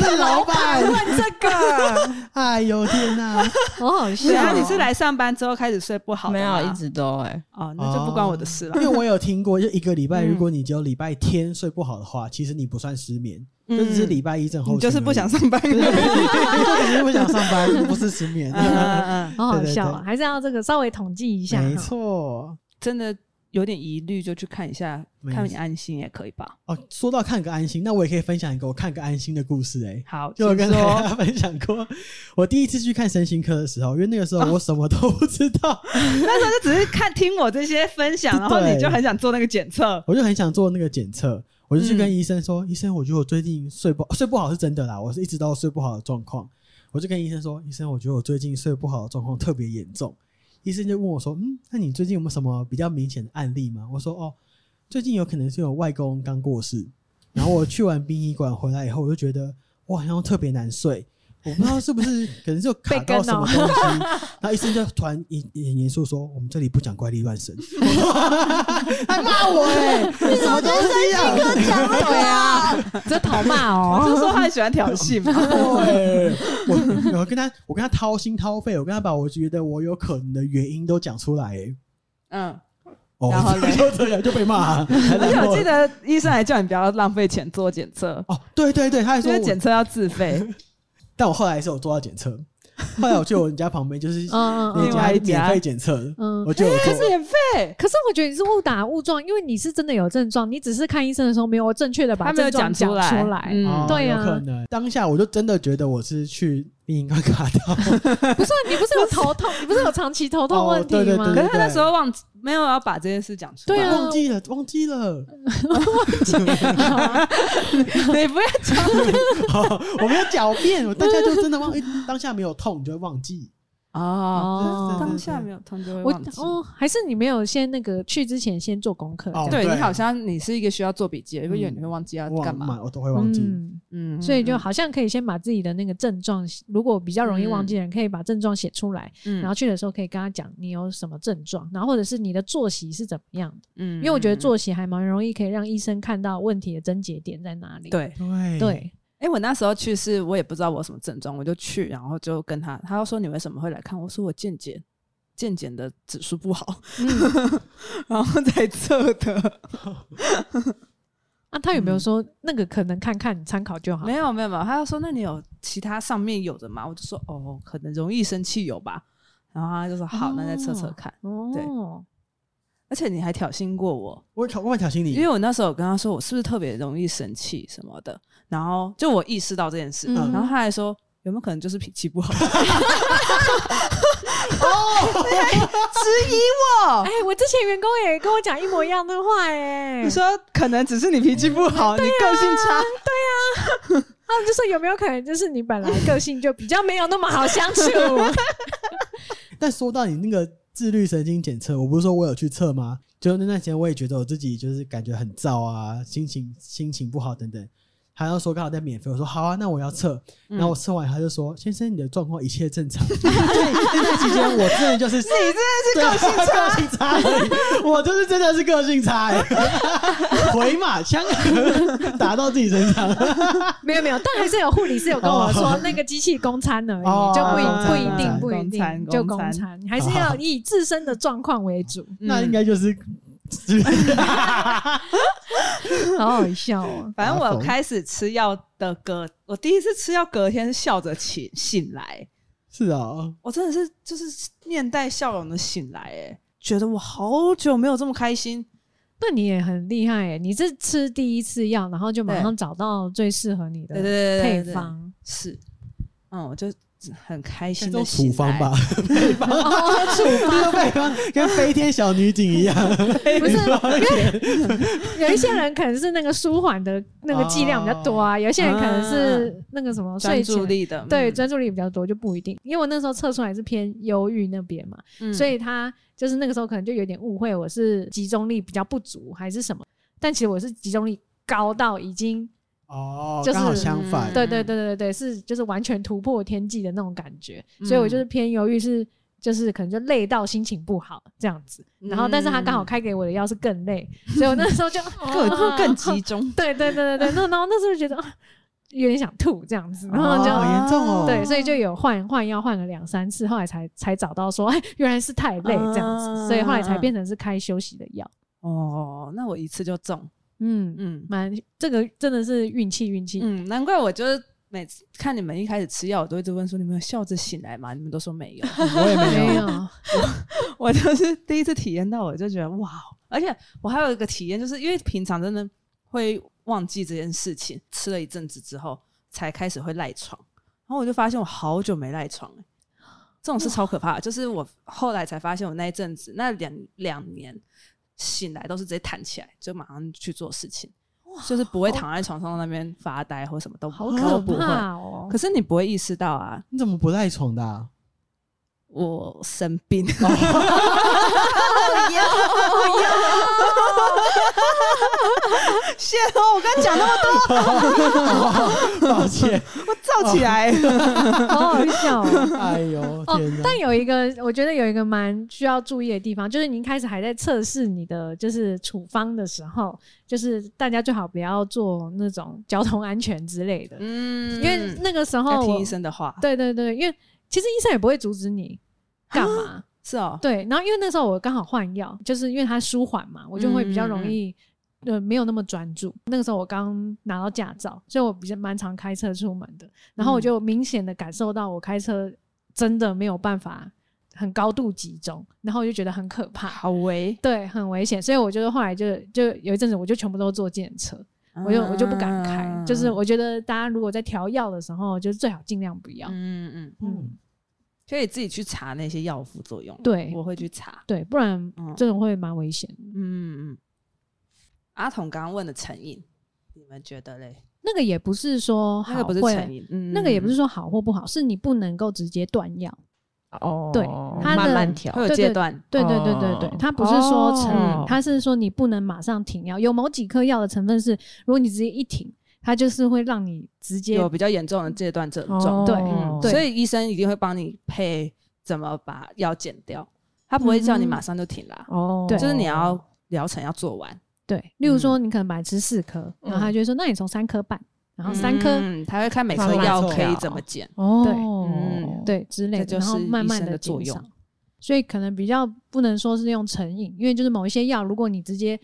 D: 是老板，
B: 这个，
D: 哎呦天哪！
C: 好好笑
B: 对啊，
C: 哦。
B: 你是来上班之后开始睡不好的
E: 没
B: 吗
E: 有，一直都哎、
B: 哦，那就不关我的事了
D: 因。为我有听过，就一个礼拜，
B: 嗯
D: 如果你只有礼拜天睡不好的话，其实你不算失眠，就
B: 嗯
D: 只是礼拜一症候
B: 你
D: 群而已，
B: 就是不想上 班。
D: 对，就只是不想上班，不是失眠
B: 嗯。嗯嗯，
C: 好好
D: 对对
C: 笑啊，
D: 对
C: 还是要这个稍微统计一下。 哦
D: 没
C: 哈
D: 错。
B: 真的有点疑虑，就去看一下，
D: 没
B: 看你安心也可以吧。
D: 哦，说到看个安心，那我也可以分享一个我看个安心的故事哎、
B: 好，
D: 就我
B: 请
D: 跟 大
B: 说，
D: 家分享过，我第一次去看身心科的时候，因为那个时候我什么都不知道，
B: 那时候就只是看听我这些分享，然后
D: 对
B: 你就很想做那个检测。
D: 我就很想做那个检测，我就去跟
B: 嗯
D: 医生说：“医生，我觉得我最近睡不睡不好是真的啦，我是一直都有睡不好的状况。”我就跟医生说：“医生，我觉得我最近睡不好的状况特别严重。”医生就问我说：“嗯，那你最近有没有什么比较明显的案例吗？”我说：“哦，最近有可能是有外公刚过世，然后我去完殡仪馆回来以后，我就觉得我好像特别难睡。”我不知道是不是可能就卡到什么东西，然后医生就突然严严严肃说：“我们这里不讲怪力乱 神。”还骂我
B: 欸
D: 哎、什么东西啊？
C: 对啊，这讨骂
B: 就
C: 哦。
B: 是说他很喜欢挑衅嘛，
D: 对，
B: 欸
D: 我我跟他我跟他掏心掏肺，我跟他把我觉得我有可能的原因都讲出来、欸，
B: 嗯，
D: 哦
B: 然后，嘞
D: 就这样就被骂、而
B: 而且我记得医生还叫你不要浪费钱做检测，
D: 哦，对对对，他还
B: 因
D: 说
B: 为
D: 我
B: 检测要自费，
D: 但我后来是有做到检测，后来我去我们家旁边就是
C: 嗯
D: 那
C: 嗯
B: 另外
D: 家
B: 一家
D: 免费检测，
C: 嗯嗯。
D: 我就有做。
B: 免费，
C: 可是我觉得你是误打误撞，因为你是真的有症状，你只是看医生的时候没有正确的把
B: 他没有
C: 症状
B: 讲
C: 讲
B: 出来，
C: 来
B: 嗯，
D: 哦
C: 对
D: 有
C: 啊
D: 可能当下我就真的觉得我是去殡仪馆卡到，
C: 不是啊你不是有头痛，你不是有长期头痛问题
D: 哦对对
C: 吗？
B: 可
D: 对
B: 是他那时候忘记没有要把这件事讲出
C: 对
B: 来，
C: 啊
D: 忘记了，忘记了，
B: 你不要讲，
D: 好哦我没有狡辩，我当下就真的忘，哎当下没有痛，你就会忘记。
B: 哦，
C: 哦
B: 当，下没有通知会
C: 我
B: 忘记。
C: 哦，还是你没有先那个去之前先做功课，
D: 哦
C: 这样
B: 对
D: 对
B: 你好像你是一个需要做笔记的，因为有你会忘记要
D: 忘
B: 干嘛，
D: 嘛我都会忘记。
C: 嗯
B: 嗯，
C: 所以就好像可以先把自己的那个症状，如果比较容易忘记的人，可以把症状写出来，
B: 嗯，嗯
C: 然后去的时候可以跟他讲你有什么症状，然后或者是你的作息是怎么样的，
B: 嗯，
C: 因为我觉得
B: 嗯
C: 作息还蛮容易可以让医生看到问题的症结点在哪里。
B: 对，
D: 对
C: 对，
B: 哎、我那时候去是我也不知道我有什么症状，我就去，然后就跟他，他就说你为什么会来看？我说我健检，健检的指数不好， 然后才测的。
C: 那啊他有没有说那个可能看看参考就好？
B: 没有没有没有，他就说那你有其他上面有的吗？我就说哦，可能容易生气有吧。然后他就说好，那再测测看。对
C: 哦，
B: 而且你还挑衅过我，
D: 我挑我挑衅你，
B: 因为我那时候有跟他说我是不是特别容易生气什么的，然后就我意识到这件事，
C: 嗯
B: 然后他还说。有没有可能就是脾气不好？质疑我
C: 哎，，我之前员工也跟我讲一模一样的话、哎，啊
B: 你说可能只是你脾气不好，你个性差，
C: 他们就啊说有没有可能就是你本来个性就比较没有那么好相 处？
D: 但说到你那个自律神经检测，我不是说我有去测吗？就那段时间我也觉得我自己就是感觉很燥啊，心情心情不好等等。他要说刚好在免费，我说好啊，那我要测。然后我测完，他就说：“先生，你的状况一切 正常。”所以那段期间我真的就是你真的是个性差，个性差而已， 我就是真的是个性差、欸，回马枪 打到自己身上。
C: 没有没有，但还是有护理师有跟我说，那个机器供餐而
D: 哦
C: 已，就不一
D: 供餐
C: 不一定不一
B: 供哦餐
C: 定就
B: 供
C: 供
B: 餐哦
C: 餐，还是要以自身的状况为主。
D: 那应该就是自律
C: 好好笑哦！
B: 反正
D: 麻
B: 我
D: 烦
B: 开始吃药的隔，我第一次吃药隔天是笑着起醒来，
D: 是哦，
B: 我真的是就是面带笑容的醒来、哎，觉得我好久没有这么开心。
C: 那你也很厉害耶，你是吃第一次药，然后就马上找到最适合你
B: 对对
C: 的
B: 对对
C: 配
B: 对对
C: 方。
B: 是，嗯，我就很开
D: 这
B: 心
D: 种
B: 的
D: 处
B: 醒
D: 方
B: 来。
D: 吧，
C: 哦
D: 处方，配方跟飞天小女警一样，
C: 不是，因为有一些人可能是那个舒缓的那个剂量比较多啊，有一些人可能是那个什么
B: 哦啊专
C: 睡
B: 注
C: 前
B: 力的，
C: 对
B: 嗯
C: 专注力比较多就不一定，因为我那时候测出来是偏忧郁那边嘛，
B: 嗯
C: 所以他就是那个时候可能就有点误会我是集中力比较不足还是什么，但其实我是集中力高到已经
D: 哦，
C: 就是
D: 刚好相反，
C: 对
B: 嗯
C: 对对对对，是就是完全突破天际的那种感觉，
B: 嗯
C: 所以我就是偏犹豫是。就是可能就累到心情不好这样子，然
B: 嗯
C: 后但是他刚好开给我的药是更累，所以我那 时候就
E: 哦
C: 哦
B: 更更集
C: 急。。
B: 中
C: 对对对对对，那然后那时候就觉得啊，有点想吐这样子，然后就、
D: 好
B: 哦
D: 严重哦，
C: 对，所以就有换换药换了两三次，后来才才找到说，哎，原来是太累这样子，
B: 啊
C: 所以后来才变成是开休息的药。
B: 哦，那我一次就中，
C: 嗯嗯，
B: 嗯
C: 蛮这个真的是运气运气，
B: 嗯，难怪我就是每次看你们一开始吃药，我都一直问说你们有笑着醒来吗？你们都说没有，
D: 我也没
C: 没
D: 有，
C: 有，
B: 我就是第一次体验到，我就觉得哇！哦而且我还有一个体验，就是因为平常真的会忘记这件事情，吃了一阵子之后才开始会赖床，然后我就发现我好久没赖床、欸，这种是超可怕的。就是我后来才发现，我那一阵子那两两年醒来都是直接弹起来，就马上去做事情，就是不会躺在床上那边发呆或什么都
C: 好
B: 都
C: 可
B: 不会。
C: 怕哦
B: 可！是你不会意识到啊，
D: 你怎么不赖床 的啊？
B: 我生病。
C: 哦
B: 谢哦，我刚讲那么多，
D: 抱歉，
B: 我 燥起来。
C: 好好笑哦。
D: 哎呦
C: 哦
D: 天，哪
C: 但！有一个，我觉得有一个蛮需要注意的地方，就是您开始还在测试你的就是处方的时候，就是大家最好不要做那种交通安全之类的，
B: 嗯，
C: 因为那个时
B: 要
C: 候
B: 听
C: 我
B: 医，生的话。
C: 对对对，因为其实医生也不会阻止你干嘛，
B: 是哦，
C: 对。然后因为那时候我刚好换药，就是因为它舒缓嘛，我就会比较
B: 嗯
C: 容易。呃，没有那么专注。那个时候我刚拿到驾照，所以我比较蛮常开车出门的。
B: 嗯
C: 然后我就明显的感受到，我开车真的没有办法很高度集中，然后我就觉得很可怕，
B: 好喂，
C: 对，很危险。所以我就是后来就就有一阵子，我就全部都坐电车，我就我就不敢开。
B: 嗯
C: 就是我觉得大家如果在调药的时候，就最好尽量不要，
B: 嗯嗯，
C: 嗯，
B: 可以自己去查那些药副作用。
C: 对
B: 我会去查。
C: 对，不然
B: 嗯
C: 真的会蛮危险的。
B: 嗯嗯，阿童刚刚问的成瘾，你们觉得嘞？
C: 那个也不是说
B: 那个
C: 好
B: 不是
C: 会
B: 成瘾，嗯，
C: 那个也不是说好或不好，是你不能够直接断药。
E: 哦
C: 对它的
E: 慢慢调
B: 会有
C: 对
B: 阶
C: 对
B: 段。
C: 对对对对对
E: 哦，
C: 它不是说成
E: 哦
C: 瘾，它是说你不能马上停药。有某几颗药的成分是，如果你直接一停，它就是会让你直接
B: 有比较严重的阶段症状
E: 哦，
C: 对
E: 嗯
C: 对
B: 所以医生一定会帮你配怎么把药减掉，他不会叫你马上就停啦，
E: 哦
C: 对
B: 就是你要疗程要做完，
C: 对。例
B: 嗯
C: 如说，你可能本来吃四颗，然后他就会说，那你从三颗半，然后三颗，
B: 嗯，他会看每颗
E: 慢慢
B: 药
E: 做
B: 可以怎么减，
E: 哦
C: 对
E: 嗯
C: 对之
B: 这
C: 类的，
B: 就
C: 然后
B: 是
C: 慢
B: 医
C: 慢
B: 生
C: 的
B: 的作用。
C: 所以可能比较不能说是用成瘾，因为就是某一些药，如果你直接，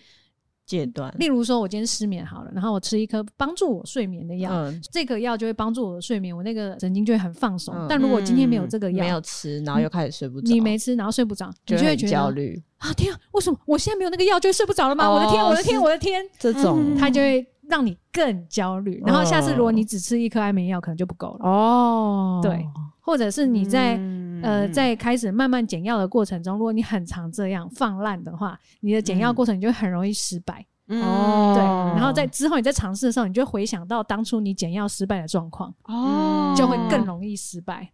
E: 阶段，
C: 例如说我今天失眠好了，然后我吃一颗帮助我睡眠的药，
E: 嗯，
C: 这个药就会帮助我的睡眠，我那个神经就会很放松。
E: 嗯
C: 但如果今天没有这个
E: 没
C: 药，
E: 有吃，然后又开始睡不着，
C: 你没吃，然后睡不着，你
E: 就
C: 就会
E: 很
C: 觉得
E: 焦虑，
C: 啊！天啊，为什么我现在没有那个药就会睡不着了吗？
E: 哦
C: 我 的天，我的天，
E: 是
C: 我的天！
E: 这种
C: 他就会让你更焦虑。然后下次如果你只吃一颗安眠药，可能就不够了。
E: 嗯哦，
C: 对，或者是你在、
B: 嗯
C: 呃在开始慢慢减药的过程中，如果你很常这样放烂的话，你的减药过程你就会很容易失败。
B: 嗯
E: 哦，
C: 对，然后在之后你在尝试的时候，你就会回想到当初你减药失败的状况，
B: 哦
C: 就会更容易失败。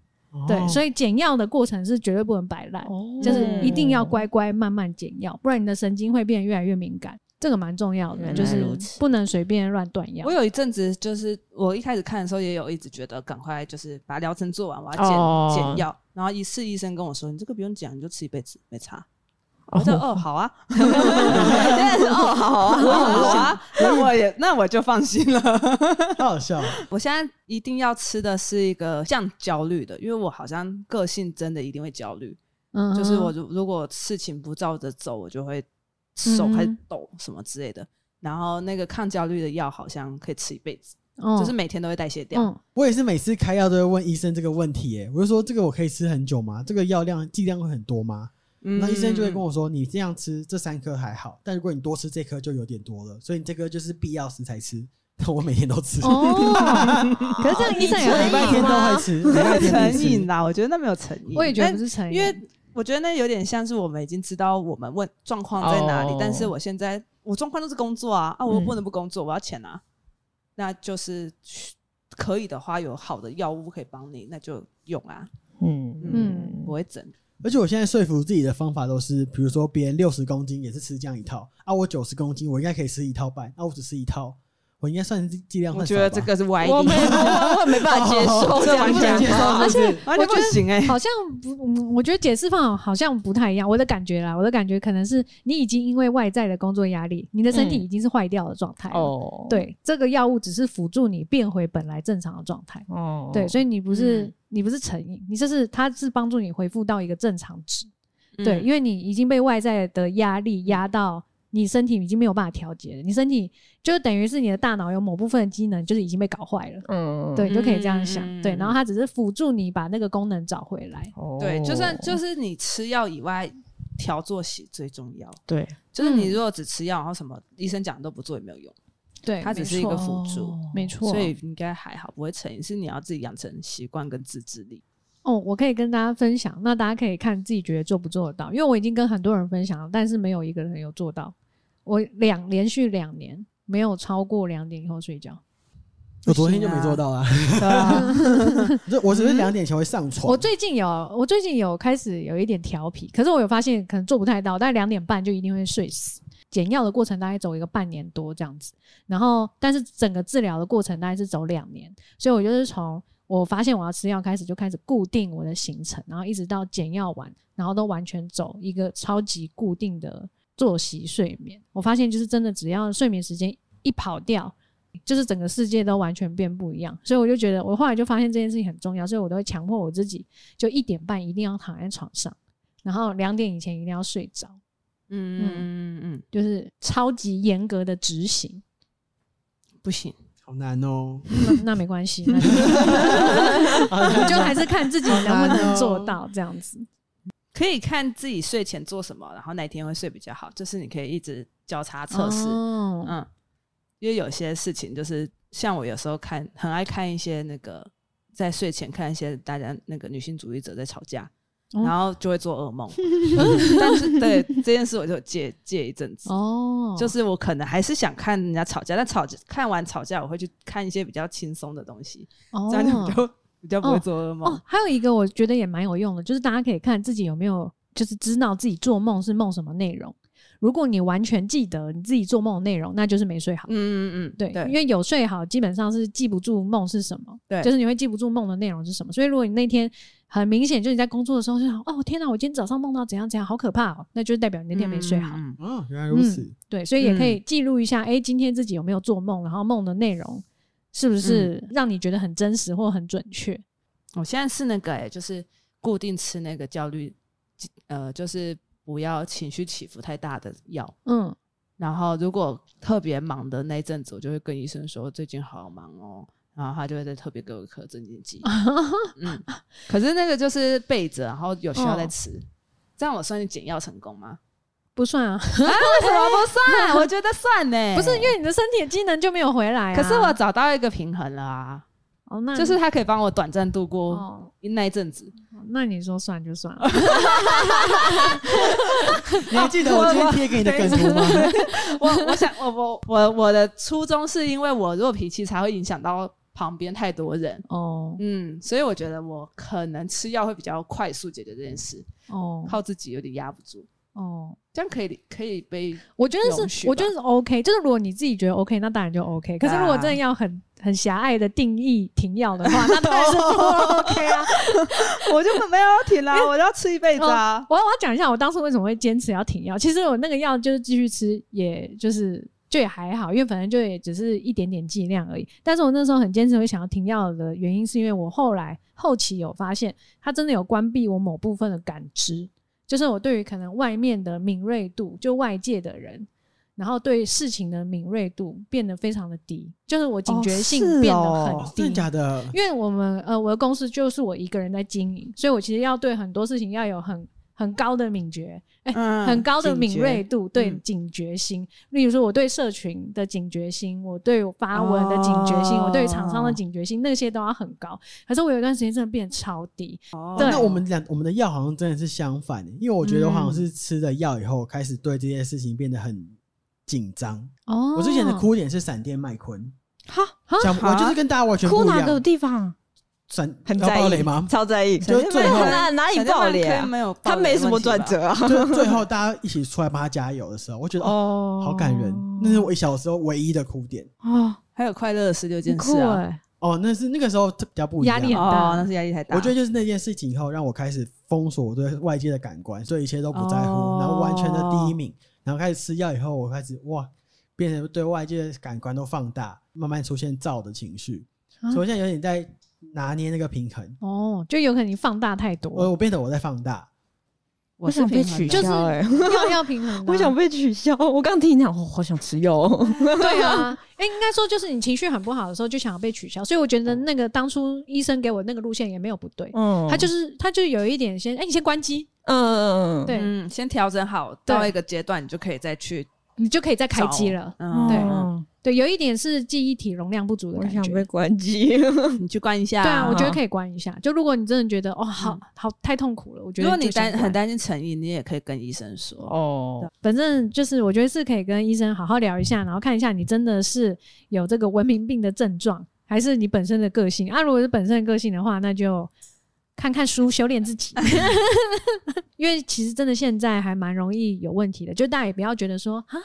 C: 对，所
D: 以
C: 以减药的过程是绝对不能摆烂。
B: 哦
E: 哦
C: 就是一定要乖乖慢慢减药，不然你的神经会变得越来越敏感，这个蛮重要的，
E: 原来
C: 就是
E: 如此
C: 不能随便乱断药
B: 我。有一阵子就是我一开始看的时候，也有一直觉得赶快就是把疗程做完，我要减
E: 哦
B: 减药。然后一次医生跟我说：“你这个不用讲，你就吃一辈子，没差。”
E: 哦
B: 我说：“哦，好 啊，
E: 但是哦，好啊，
B: 好啊好啊， 那我也那我就放心了。
D: 太好笑了，”
B: 我现在一定要吃的是一个降焦虑的，因为我好像个性真的一定会焦虑，
C: 嗯
B: 就是我如如果事情不照着走，我就会
C: 嗯
B: 手开始抖什么之类的。然后那个抗焦虑的药好像可以吃一辈子，就是每天都会代谢掉。
C: 嗯
D: 我也是每次开药都会问医生这个问题、耶，我就说这个我可以吃很久吗？这个药量剂量会很多吗？
B: 嗯
D: 那医生就 会跟我说，你这样吃这三颗还好，但如果你多吃这颗就有点多了，所以你这颗就是必要时才吃。但我每天都吃，
C: 哦，可是这样医生也
E: 可 以
D: 礼拜
B: 啊
D: 天都
C: 吗
D: 会？吃，
B: 没
D: 礼拜
B: 有
D: 天必
B: 成
D: 吃
B: 瘾啦，我觉得那没有诚意。
C: 我也觉得不是成
B: 但，
C: 瘾，
B: 哎因为我觉得那有点像是我们已经知道我们问状况在哪里，
E: 哦
B: 但是我现在我状况就是工作啊，啊，我
C: 嗯
B: 又不能不工作，我要钱啊，那就是可以的话，有好的药物可以帮你，那就用啊，
E: 嗯
B: 嗯，不会整。
D: 而且我现在说服自己的方法都是，比如说别人六十公斤也是吃这样一套啊，我九十公斤我应该可以吃一套半，啊，我只吃一套，我应该算是剂量
B: 我
D: 算
B: 觉得
D: 少吧
B: 这个是啊歪理，
E: 我没 我我没办法接受
B: 哦这完
E: 哦样
B: 全
E: 讲
B: 接受，
E: 法，
B: 而且完全
C: 我
B: 不
C: 觉得
B: 行哎。
C: 好像不，嗯我觉得解释方法好像不太一样。我的感觉啦，我的感觉可能是你已经因为外在的工作压力，你的身体
E: 嗯
C: 已经是坏掉的状态了。
E: 哦，，
C: 对，这个药物只是辅助你变回本来正常的状态。
E: 哦，
C: 对，所以你不是、
E: 嗯
C: 你不是成瘾，你这是它是帮助你恢复到一个正常值。
B: 嗯
C: 对，因为你已经被外在的压力压到，你身体已经没有办法调节了，你身体就等于是你的大脑有某部分的机能就是已经被搞坏了。
E: 嗯，
C: 对，你就可以这样想。
B: 嗯
C: 对，然后它只是辅助你把那个功能找回来。
E: 哦，
B: 对，就算就是你吃药以外，调作息最重要。
E: 对，
B: 就是你如果只吃药，然后什么医生讲的都不做也没有用，
C: 对，
B: 它只是一个辅助。
C: 没错。
B: 所以应该还好，不会成瘾，是你要自己养成习惯跟自制力。
C: 哦，我可以跟大家分享，那大家可以看自己觉得做不做得到，因为我已经跟很多人分享了，但是没有一个人有做到。我两连续两年没有超过两点以后睡觉，
D: 我昨天就没做到啊，
B: 对啊，
D: 这我只是两点前会上床，
C: 我最近有，我最近有开始有一点调皮，可是我有发现可能做不太到，但两点半就一定会睡死。减药的过程大概走一个半年多这样子，然后但是整个治疗的过程大概是走两年，所以我就是从我发现我要吃药开始就开始固定我的行程，然后一直到减药完，然后都完全走一个超级固定的作息睡眠。我发现就是真的，只要睡眠时间一跑掉，就是整个世界都完全变不一样。所以我就觉得，我后来就发现这件事情很重要，所以我都会强迫我自己，就一点半一定要躺在床上，然后两点以前一定要睡着，
B: 嗯嗯嗯，
C: 就是超级严格的执行。
B: 不行，
D: 好难哦，
C: 那那没关系，那 就就还是看自己能不
B: 哦
C: 能做到这样子。
B: 可以看自己睡前做什么，然后哪天会睡比较好，就是你可以一直交叉测试。
C: 哦
B: 嗯，因为有些事情就是像我有时候看，很爱看一些那个在睡前看一些大家那个女性主义者在吵架，
C: 哦
B: 然后就会做噩梦。但是对这件事我就戒戒一阵子。
C: 哦，
B: 就是我可能还是想看人家吵架，但吵看完吵架，我会去看一些比较轻松的东西，这样就比较比较不会做噩梦。
C: 哦，还有一个我觉得也蛮有用的，就是大家可以看自己有没有，就是知道自己做梦是梦什么内容。如果你完全记得你自己做梦的内容，那就是没睡好。
B: 嗯嗯嗯，
C: 对，因
B: 对
C: 为有睡好，基本上是记不住梦是什么，
B: 对
C: 就是你会记不住梦的内容是什么。所以如果你那天很明显就是你在工作的时候就想，哦天哪，我今天早上梦到怎样怎样，好可怕哦，那就是代表你那天没睡好。
B: 嗯嗯嗯
D: 啊，原来如此，
C: 对，所以也可以记录一下，哎、今天自己有没有做梦，然后梦的内容是
B: 嗯
C: 不是让你觉得很真实或很准确？
B: 我现在是那个、欸，就是固定吃那个焦虑，呃，就是不要情绪起伏太大的药。
C: 嗯，
B: 然后如果特别忙的那一阵子，我就会跟医生说最近好忙哦，然后他就会再特别给我一颗镇静 剂。嗯，可是那个就是备着，然后有需要再
C: 哦
B: 吃。这样我算是减药成功吗？
C: 不算啊，
B: 为什么不算？我觉得算呢，
C: 不是因为你的身体的机能就没有回来啊、
B: 可是我找到一个平衡了啊，
C: 哦，那你
B: 就是它可以帮我短暂度过
C: 哦，
B: 那一阵子。
C: 那你说算就 算了。
D: 你还记 得我今天贴给你的梗图吗？
B: 我我想我我我我的初衷是因为我弱脾气才会影响到旁边太多人，
C: 哦
B: 嗯，所以我觉得我可能吃药会比较快速解决这件事，
C: 哦
B: 靠自己有点压不住，
C: 哦，
B: 这样可以理可以 被
C: 我觉得
B: 容
C: 是，
B: 许
C: 我觉
B: 吧
C: 得是 OK。就是如果你自己觉得 OK，那当然就 OK。可是如果真的要很很狭隘的定义停药的话，那当然是不 OK 啊。
B: 哦我就没有要停啦，我要吃一辈子啊。
C: 我要我要讲一下我当初为什么会坚持要停药。其实我那个药就是继续吃，也就是就也还好，因为反正就也只是一点点剂量而已。但是我那时候很坚持会想要停药的原因，是因为我后来后期有发现，它真的有关闭我某部分的感知，就是我对于可能外面的敏锐度，就外界的人。然后对事情的敏锐度变得非常的低，就是我警觉性
E: 哦是
C: 变得
E: 哦
C: 很
D: 哦
C: 低。
D: 真的假的？
C: 因为我们呃，我的公司就是我一个人在经营，所以我其实要对很多事情要有很很高的敏觉，哎、
B: 嗯
C: 很高的
D: 警
C: 敏
D: 觉
C: 锐度，对
B: 嗯
C: 警觉心。例如说，我对社群的警觉心，我对我发文的警觉心，我对厂商的
B: 哦
C: 警觉心，那些都要很高。可是我有一段时间真的变得超低，
B: 哦
C: 对
D: 那我们两我们的药好像真的是相反欸的，因为我觉得我好像是吃了药以后，开始对这些事情变得很紧张。
C: 哦
D: 我之前的哭点是闪电麦昆，
E: 哈，
D: 想我就是跟大家完全
E: 哭
D: 不一
E: 哪个
D: 样。
E: 地方？啊
D: 闪
E: 很
D: 要
E: 在
D: 爆
E: 意
D: 雷 吗？
E: 超在意，
D: 就最后
E: 哪哪里爆雷啊？
B: 没有，
E: 他没什么转。折啊，
D: 就最后大家一起出来帮他加油的时候，我觉得哦，
C: 哦，
D: 好感人，那是我小时候唯一的哭点。
C: 哦，
B: 还有快乐的十六
C: 很
B: 件
C: 酷
B: 事啊，
C: 哎、
D: 哦，那是那个时候比较不一样。
C: 压力很大
B: 哦，那是压力太大。
D: 我觉得就是那件事情以后，让我开始封锁我对外界的感官，所以一切都不在乎，
B: 哦
D: 然后完全的第一名，然后开始吃药以后，我开始哇，变成对外界的感官都放大，慢慢出现燥的情绪，
C: 啊
D: 所以我现在有点在拿捏那个平衡，
C: 哦，就有可能你放大太多，
D: 哦我我变得我在放大，
B: 我是
E: 想被
B: 平衡
E: 取
B: 的
E: 消
C: 就是
E: 哎，
C: 要要平衡的啊、
E: 我想被取消。我刚听你讲，我好想吃药哦。
C: 对啊，哎、应该说就是你情绪很不好的时候就想要被取消，所以我觉得那个当初医生给我那个路线也没有不对，
E: 嗯
C: 他就是他就有一点先，哎、你先关机，
E: 嗯，
C: 对
B: 嗯，先调整好，
C: 对
B: 到一个阶段你就可以再去
C: 你就可以再开机了。
B: 嗯，
C: 对
E: 嗯
C: 对，有一点是记忆体容量不足的
E: 我
C: 感
E: 想
C: 觉
E: 被。关机。
B: 你去关一下。
C: 对啊，我觉得
E: 啊
C: 可以关一下。就如果你真的觉得哦，好好太痛苦了，我觉
B: 如
C: 得
B: 果你
C: 就先
B: 担很
C: 关，
B: 担心成瘾，你也可以跟医生说。
E: 哦，
C: 反正就是我觉得是可以跟医生好好聊一下，然后看一下你真的是有这个文明病的症状，还是你本身的个性啊。如果是本身的个性的话，那就看看书修炼自己， 因为其实真的现在还蛮容易有问题的。就大家也不要觉得说啊，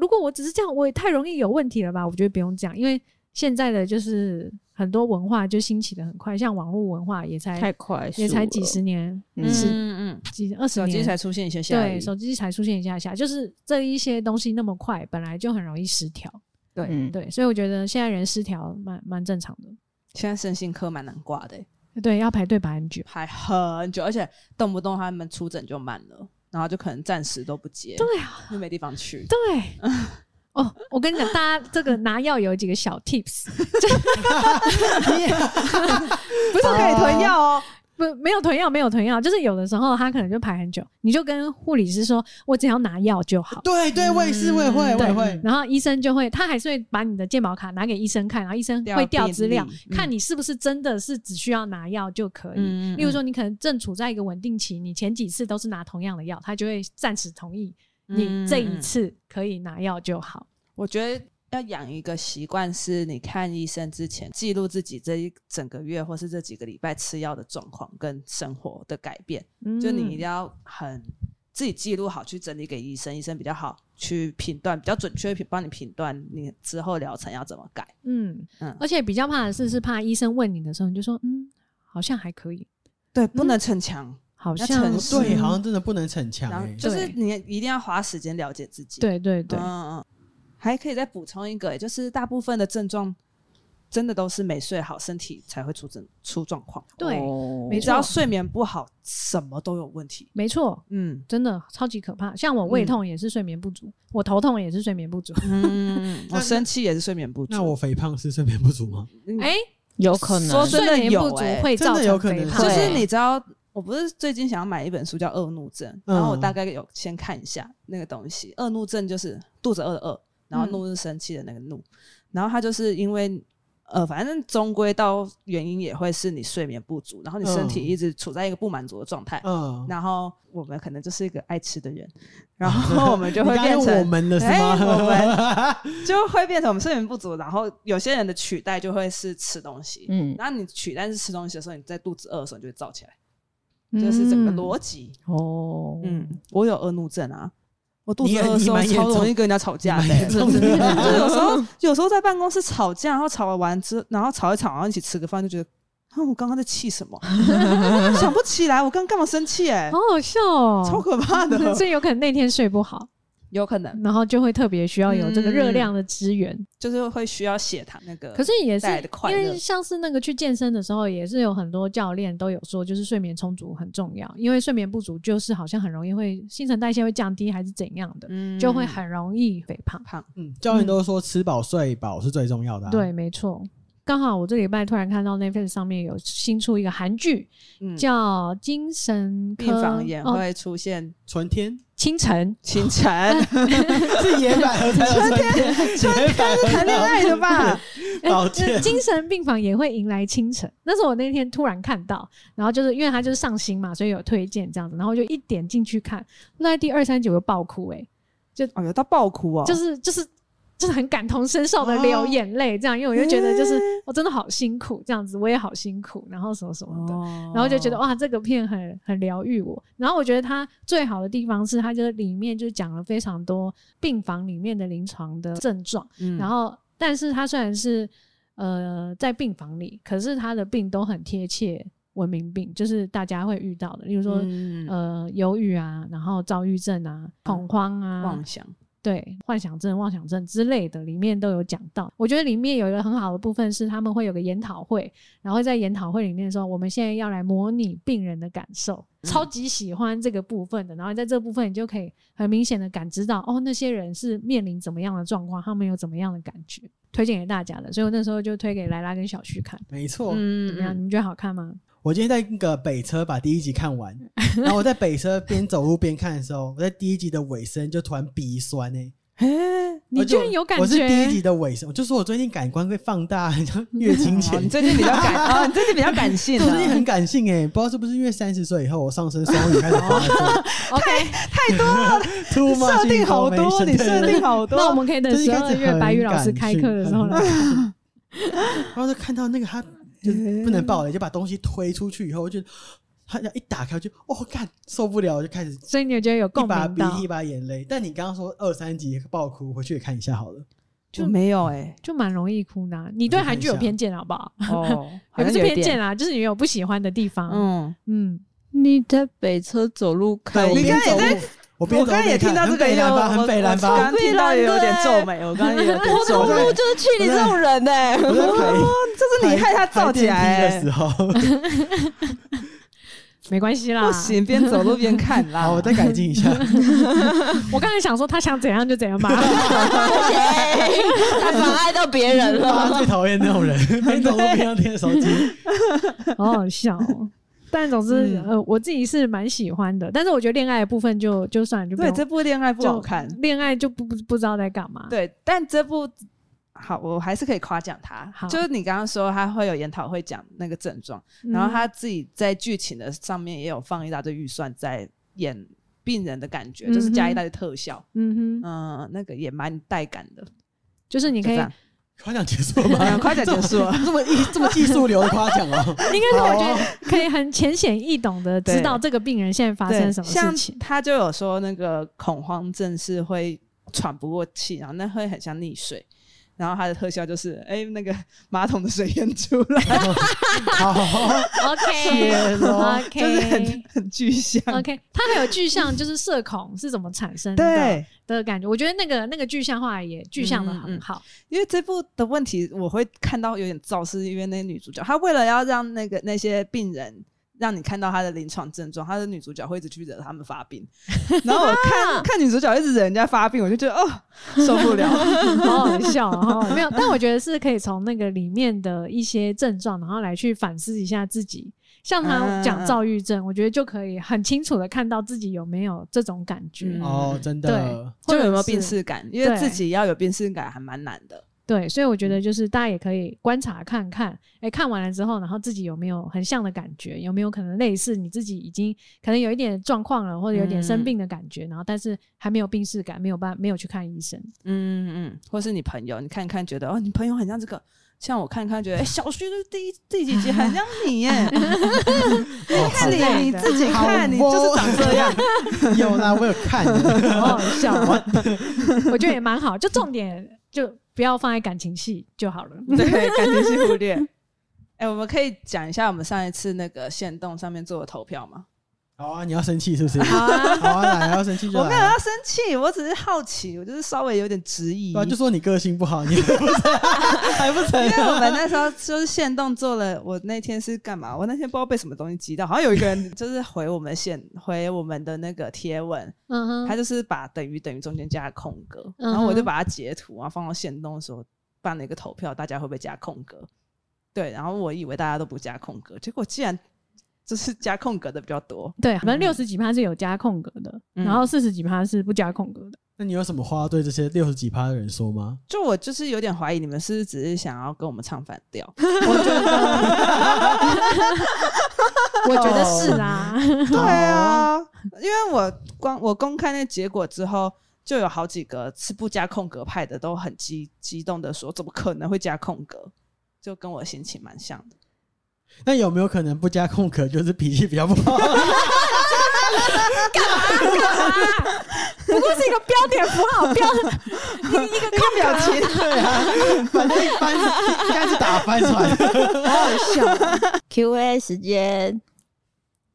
C: 如果我只是这样，我也太容易有问题了吧？我觉得不用这样，因为现在的就是很多文化就兴起的很快，像网络文化也才
E: 太快速
C: 也
E: 了，
C: 才几十年、
E: 嗯
C: 是
B: 嗯嗯，
C: 几二十
B: 手机
C: 年
B: 才出现一些下
C: 对，手机才出现一下下，就是这一些东西那么快，本来就很容易失调。
E: 嗯，
C: 对，所以我觉得现在人失调蛮蛮正常的。
B: 现在身心科蛮难挂的欸，
C: 对，要排队排很久。
B: 排很久，而且动不动他们出诊就慢了，然后就可能暂时都不接，
C: 对啊，
B: 又没地方去。
C: 对。哦，我跟你讲，大家这个拿药有几个小 tips，
B: 不是可以囤药哦，
C: 不没有囤药，没有囤药，就是有的时候他可能就排很久，你就跟护理师说，我只要拿药就好。
D: 对对，我也是，我也会，
B: 嗯
D: 我
C: 对
D: 也会，
C: 然后医生就会，他还是会把你的健保卡拿给医生看，然后医生会调资料
B: 调病，历
C: 看
B: 嗯
C: 你是不是真的是只需要拿药就可以。
B: 嗯嗯
C: 例如说，你可能正处在一个稳定期，你前几次都是拿同样的药，他就会暂时同意你
B: 嗯
C: 这一次可以拿药就好。
B: 我觉得要养一个习惯，是你看医生之前记录自己这一整个月或是这几个礼拜吃药的状况跟生活的改变，
C: 嗯
B: 就你一定要很自己记录好，去整理给医生，医生比较好去评断，比较准确地评帮你评断你之后疗程要怎么改。
C: 嗯
B: 嗯
C: 而且比较怕的是，是怕医生问你的时候，你就说嗯，好像还可以，
B: 对，不能逞强，
C: 好
B: 要
C: 像
B: 诚
D: 哦
B: 实
C: 是
D: 对，好像真的不能逞强
B: 嗯然后
D: 哎。
B: 就是
C: 对
B: 你一定要花时间了解自己。
C: 对对对，
B: 嗯嗯，还可以再补充一个、欸，就是大部分的症状真的都是没睡好，身体才会出症出状况。
C: 对
E: 哦
C: 没
B: 你只
C: 错
B: 要睡眠不好，什么都有问题。
C: 没错。
B: 嗯
C: 真的超级可怕，像我胃
B: 嗯
C: 痛也是睡眠不足，我头痛也是睡眠 不足。
B: 嗯，
D: 那
B: 我生气也是睡眠不足。
D: 那我肥胖是睡眠不足吗？
C: 哎、
E: 有可
B: 说
E: 能
B: 真的
C: 睡眠
B: 有
C: 不足
B: 欸
C: 会
D: 真
C: 造
D: 的
C: 成
D: 有可能
C: 肥
D: 是
C: 胖欸
B: 就
E: 对
B: 是你只要我不是最近想要买一本书叫《恶怒症》，
D: 嗯
B: 然后我大概有先看一下那个东西。恶怒症就是肚子饿的饿，然
E: 嗯
B: 后怒是生气的那个怒，然后它就是因为呃，反正终归到原因也会是你睡眠不足，然后你身体
D: 嗯
B: 一直处在一个不满足的状态。
D: 嗯，
B: 然后我们可能就是一个爱吃的 人，然后我们就会
D: 你刚
B: 变
D: 用我
B: 成
D: 们的是
B: 哎
D: 吗？
B: 我们就会变成我们睡眠不足，然后有些人的取代就会是吃东西。
E: 嗯，
B: 然后你取代是吃东西的时候，你在肚子饿的时候你就会燥起来，
C: 嗯
B: 就是整个逻辑。
E: 哦，
B: 嗯，我有恶怒症啊，我肚子
D: 你很
B: 饿的时候
D: 你蛮严
B: 超
D: 重
B: 容易跟人家吵架的、
D: 蛮严重的
B: 就有时候有时候在办公室吵架，然后吵完之，然后吵一吵，然后一起吃个饭，就觉得。啊！我刚刚在气什么？ 想不起来，我刚刚干嘛生气、欸？
C: 好好笑
B: 超
C: 哦。
B: 可怕的，
C: 所以有可能那天睡不好，
B: 有可能
C: 然后就会特别需要有这个热量的支援。
B: 就是会需要血糖那个。
C: 可是也
B: 嗯
C: 是
B: 带来的快
C: 因
B: 乐
C: 为像是那个去健身的时候，也是有很多教练都有说，就是睡眠充足很重要，因为睡眠不足就是好像很容易会新陈代谢会降低，还是怎样的，
B: 嗯
C: 就会很容易肥胖。
B: 胖，
D: 嗯，教练都说吃饱睡饱是最重要的、啊。
C: 对，没错。刚好我这礼拜突然看到 Netflix 上面有新出一个韩剧，
B: 嗯，
C: 叫《精神科
B: 病房也
C: 哦
B: 会出现
D: 纯天
C: 清晨》，
B: 清 晨，
D: 是野百合才有纯天，野百合
B: 谈恋爱的 吧？
D: 抱歉
C: 呃精神病房也会迎来清晨。那是我那天突然看到，然后就是因为它就是上新嘛，所以有推荐这样子，然后就一点进去看，那在第二三集我就爆哭、欸，
B: 哦，有到爆哭哦，
C: 就是就是就是很感同身受的流眼泪这样，因为我就觉得就是我真的好辛苦这样子，我也好辛苦，然后什么什么的。
B: 哦
C: 然后就觉得哇，这个片很很疗愈我。然后我觉得它最好的地方是，它就是里面就是讲了非常多病房里面的临床的症状，
B: 嗯
C: 然后但是它虽然是呃在病房里，可是它的病都很贴切文明病，就是大家会遇到的，例如说、
B: 嗯
C: 呃忧郁啊，然后躁郁症啊，恐慌啊，
B: 妄想，
C: 对，幻想症、妄想症之类的，里面都有讲到。我觉得里面有一个很好的部分是，他们会有个研讨会，然后在研讨会里面说，我们现在要来模拟病人的感受，超
D: 嗯
C: 级喜欢这个部分的。然后在这部分，你就可以很明显的感知到，哦，那些人是面临怎么样的状况，他们有怎么样的感觉，推荐给大家的。所以我那时候就推给莱拉跟小旭看，
D: 没错。
B: 嗯
C: 怎么样？你们觉得好看吗？
D: 我今天在那个北车把第一集看完，
B: 嗯
D: 然后我在北车边走路边看的时候，我在第一集的尾声就突然鼻酸哎、
B: 哎，
C: 你居然有感觉？
D: 我是第一集的尾声，我就说我最近感官会放大，很像月经
B: 哦
D: 前
B: 你最近比较感啊，你最近比较感性
D: 对我最近
B: 啊，
D: 很感性哎、不知道是不是因为三十岁以后我上升双鱼开始发作
C: OK，
D: ，too much
B: 设定好多，
D: information，
B: 你设
D: 对
B: 定好多，
C: 那我们可以等
D: 就是一
C: 十
D: 开始
C: 二月
D: 很
C: 白宇老师
D: 感
C: 开
D: 性
C: 课的时候
D: 很
C: 来。
D: 然后就看到那个他就是不能爆雷，就把东西推出去以后，我就他一打开我就哦干受不了，我就开始 一
C: 所以你有觉得有共
D: 把
C: 鸣
D: 鼻
C: 到
D: 涕一，把眼泪。但你刚刚说二三集爆哭，回去也看一下好了。
B: 就没有哎，
C: 就蛮容易哭的啊、你对韩剧有偏见好不好？
B: 哦，好
C: 也不
B: 像
C: 是
B: 有一
C: 偏见
B: 点，
C: 啦，就是你有不喜欢的地方。嗯
B: 嗯，
E: 你在北车走路看
D: 对，我
E: 一
D: 边
B: 刚才
D: 走
B: 也
D: 路，我边
B: 我
D: 走
B: 刚
D: 路
B: 刚也听
D: 边看
B: 到这
D: 很
B: 个
D: 北
B: 有，
D: 蓝
B: 我
D: 吧，
B: 我
D: 很北蓝
B: 我
D: 吧
B: 刚。听到也有点皱眉，我刚刚也有点皱
D: 我
B: 眉
D: 刚
E: 我，就是去你这种人 呢、
D: 我在排
B: 这是你害他燥起来欸
D: 排电梯的时，候，
C: 没关系啦。
B: 不，行，边走路边看啦。
D: 好，我再改进一下。
C: 我刚才想说他想怎样就怎样 吧。
E: 他妨碍到别人
D: 他
E: 了。
D: 最讨厌那种 人，边走路边要贴手机。
C: 好好笑、哦。但总之，
B: 嗯
C: 呃，我自己是蛮喜欢的，但是我觉得恋爱的部分就就算了，就不
B: 对
C: 用
B: 这部恋爱不好
C: 就
B: 看，
C: 恋爱就不不不知道在干嘛。，
B: 对，但这部好，我还是可以夸奖他
C: 好。
B: 就是你刚刚说他会有研讨会讲那个症状，然后
C: 嗯
B: 他自己在剧情的上面也有放一大堆预算在演病人的感觉，就是加一大堆特效，
C: 嗯哼，
B: 嗯、那个也蛮带感的。
C: 就是你
B: 你
C: 可以，应
D: 夸奖结束了
B: 哎呀
D: 吗？
B: 夸奖结束了
D: 这么这么艺这么技术流的夸奖哦。
C: 该是我觉
D: 好
C: 得可以很浅显易懂的知道这个病人现在 发生
B: 对，
C: 什么事
B: 像
C: 情。
B: 他就有说那个恐慌症是会喘不过气，然后那会很像溺水。然后他的特效就是，哎、那个马桶的水淹出来，
D: 好， 谢咯
C: OK，OK，
B: 就是很很具象。
C: OK，它还有具象，就是社恐是怎么产哦生的啊
B: 对，
C: 的感觉。我觉得那个那个具象化也具象的
B: 嗯嗯
C: 很
B: 嗯
C: 好。
B: 因为这部的问题，我会看到有点燥，是因为那女主角她为了要让那个那些病人让你看到她的临床症状，她的女主角会一直去惹他们发病，然后我看看女主角一直惹人家发病，我就觉得哦受不了。
C: 好好 笑哦！没有，但我觉得是可以从那个里面的一些症状，然后来去反思一下自己像他
B: 啊
C: 讲躁郁症，我觉得就可以很清楚的看到自己有没有这种感觉。
B: 嗯
D: 哦，真的
C: 对，
B: 就
C: 或者
B: 有没有
C: 是
B: 病耻感，因为
C: 对
B: 自己要有病耻感还蛮难的。
C: 对，所以我
B: 嗯
C: 觉得就是大家也可以观察看看，哎、看完了之后，然后自己有没有很像的感觉，有没有可能类似你自己已经可能有一点状况了，或者有点
B: 嗯
C: 生病的感觉，然后但是还没有病逝感，没有办没有去看医生。
B: 嗯嗯嗯，或是你朋友，你看一看觉得哦，你朋友很像这个，像我看一看觉得，哎、小徐的第一第几集很像你耶，
D: 哦
B: 看
C: 之
B: 你
C: 类的
B: 你啊自己看，你就是长这样。
D: 好 有啦，我有看，
C: 好 好笑哦，我觉得也蛮好，就重点就不要放在感情戏就好了。
B: 对，感情是忽略。 哎、我们可以讲一下我们上一次那个线动上面做的投票吗？
D: 好啊，你要生气是不是？
C: 好啊，
D: 好啊，来，要生气就
B: 我没有
D: 来啊
B: 要，生气，我只是好奇，我就是稍微有点质疑。
D: 对 啊，就说你个性不好，你 不是还不成
B: 因为我们那时候就是线动做了，我那天是干嘛？我那天不知道被什么东西击到，好像有一个人就是回我们线回我们的那个贴文，
C: 嗯
B: 他
C: 哼，
B: 就是把等于等于中间加空格，
C: 嗯哼
B: 然后我就把它截图啊放到线动的时候办了一个投票，大家会不会加空格？对，然后我以为大家都不加空格，结果既然就是加空格的比较多，
C: 对，反正六十几趴是有加空格的，
B: 嗯
C: 然后四十几趴是不加空格的。
D: 那你有什么话要对这些六十几趴的人说吗？
B: 就我就是有点怀疑你们是不是只是想要跟我们唱反 调？哦
C: 我觉得是啦，
B: 对啊， 因为我光我公开那结果之后，就有好几个是不加空格派的，都很激激动的说，怎么可能会加空格？就跟我心情蛮像的。
D: 那有没有可能不加空格就是脾气比较不 好？
C: 不过是一个标点符号，标一个
B: 看表情，
D: 对啊，反正一般应该是打翻船。
E: Q&A 时间，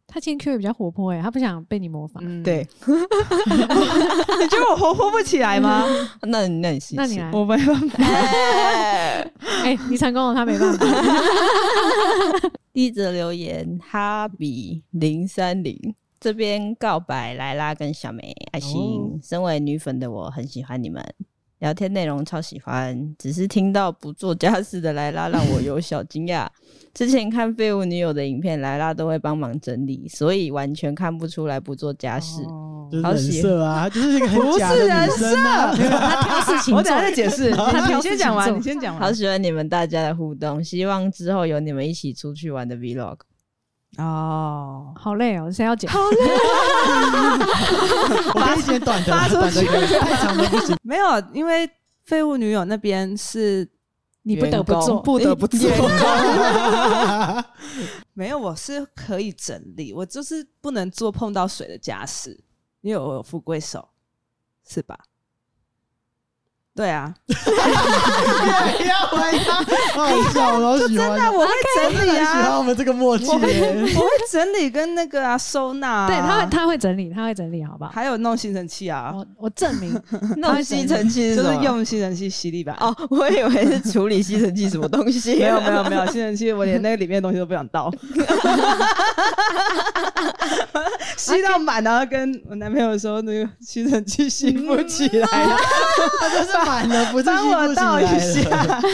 C: 他今天 Q 也比较活泼哎、他不想被你模仿。
B: 嗯，
E: 对，
B: 你觉得我活泼不起来吗？
E: 那你那你试
C: 那你 来，
B: 我没办法。
E: 来。
C: 哎、你成功了，他没办法。
E: 第一则留言，哈比零三零这边告白莱拉跟小美爱心。
D: 哦
E: 身为女粉的我很喜欢你们，聊天内容超喜欢，只是听到不做家事的莱拉让我有小惊讶。之前看废物女友的影片，莱拉都会帮忙整理，所以完全看不出来不做家事。
B: 哦
C: 哦
D: 就是
E: 好
D: 人
E: 喜
D: 设啊，就是一个很假的女生啊。
C: 他挑事情
B: 我
C: 做，
B: 等下再解释，
C: 他
B: 你
C: 挑
B: 你先
C: 事情
B: 讲完，
C: 做
B: 你先讲
E: 好
B: 完。
E: 喜欢你们大家的互动，希望之后有你们一起出去玩 的 vlog。
B: 啊哦，
C: 好累哦，谁要剪？
D: 我跟你剪短的，
B: 发出
D: 短的
B: 去
D: 太长的不行。
B: 没有，因为废物女友那边是
C: 你不得不
E: 员
C: 做
E: 工，不得 不做。
B: 没有，我是可以整理，我就是不能做碰到水的家事，因为我有富贵手，是吧？对啊，
D: 不要回答，好笑，我好喜欢。
B: 那我会整理
D: 很喜欢
B: 啊，
D: 我们这个默契
B: 我会
D: 耶。
B: 我会整理跟那个啊收纳、啊，
C: 对他他会整理，他会整理，好不好？
B: 还有弄吸尘器啊，
C: 我我证明，
E: 弄吸尘器
B: 就
E: 什
B: 是
E: 么
B: 用吸尘器吸力吧。
E: 哦，我以为是处理吸尘器什么东 西。
B: 没有没有没有，吸尘器我连那个里面的东西都不想 倒，吸到满，然后跟我男朋友说那个吸尘器吸不起来了，
D: 他就是
B: 嗯
D: 满了，不是
B: 帮我倒一
D: 吸不起来了。
B: 下。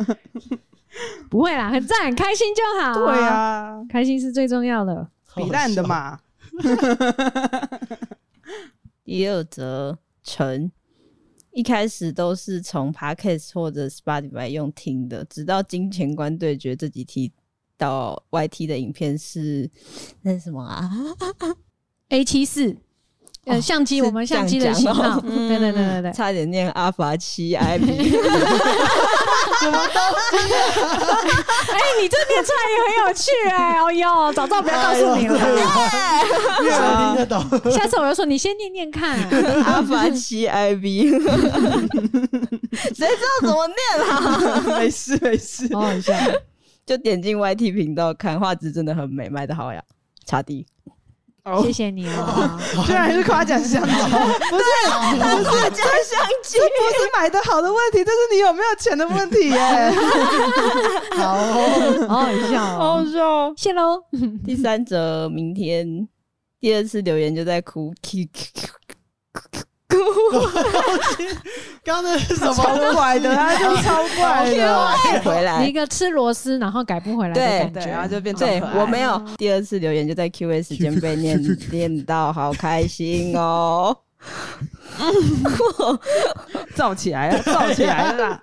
C: 不会啦，很赞，开心就好。
B: 对，啊，
C: 开心是最重要的。
B: 比烂的嘛。
E: 第二则陈，一开始都是从 Podcast 或者 Spotify 用听的，直到金钱观对决这几题到 YT 的影片是那是什么啊？
C: A 七四，呃，
E: 哦
C: 相机，
E: 是
C: 我们相机
E: 这
C: 的
E: 样
C: 型
E: 讲哦
C: 号，对对对对对。
E: 差点念阿法七 IB，
C: 哎，你这念出来也很有趣哎，哦哟，早知道不要告诉你
D: 哎呦
C: 了，
D: 越来越听得懂。
C: 下次我就说你先念念看。
E: 阿法七 IB，谁知道怎么念啊？
B: 没事没事，
C: 哦好好笑，
E: 就点进 YT 频道看，画质真的很美，卖的好呀，差低。
B: 哦
C: 谢谢你哦。
B: 居然还是夸奖相机， 不是不是
E: 加相机，
B: 不是买的好的问题，这是你有没有钱的问题 耶。
D: 好哦，
C: 好好笑、
E: 好
C: 哦，
E: 笑。
C: 谢喽。
E: 第三则，明天第二次留言就在哭，Q Q Q 菇，
D: 刚刚那是什
F: 超
D: 么？
F: 怪的，
B: 啊
F: 他 就超怪 的。
E: 回来
C: 你一。个吃螺丝然后改不回来
E: 哎对
C: 的感
B: 对，
C: 觉，
B: 然后就变成
E: 对
B: 可爱
E: 我没有第二次留言，就在 Q A 时间 被念念到，好开心哦！
B: 造起来了，造起来 了啦！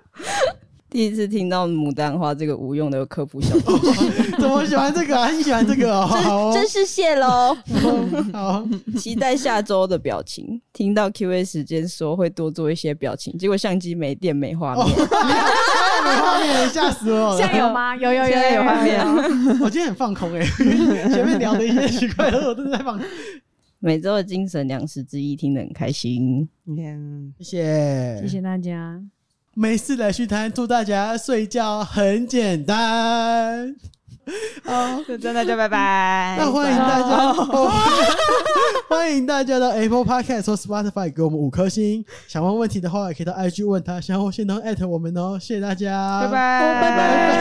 E: 第一次听到牡丹花这个无用的科普小知识，
D: 怎么喜欢这个啊？你喜欢这个哦？ 好哦
E: 真是谢喽！
D: 好，
E: 期待下周的表情。听到 Q A 时间说会多做一些表情，结果相机没电没画
D: 哦
E: 面。
D: 没画面吓死我
C: 现在
D: 了！
C: 有吗？有有有
E: 现在有画面。哦
D: 我今天很放空哎，前面聊的一些奇怪的，我都在放空。
E: 每周的精神粮食之一，听得很开心。
B: 你看，
D: 谢谢
C: 谢谢大家，
D: 没事来续谈，祝大家睡觉很简单。
B: 哦，就真的就拜拜。
D: 那欢迎大家，哦 欢迎大家到 Apple Podcast 或 Spotify 给我们五颗星。想问问题的话，也可以到 IG 问他，然后现场艾特我们哦。谢谢大家，
B: 拜拜，
D: 拜拜。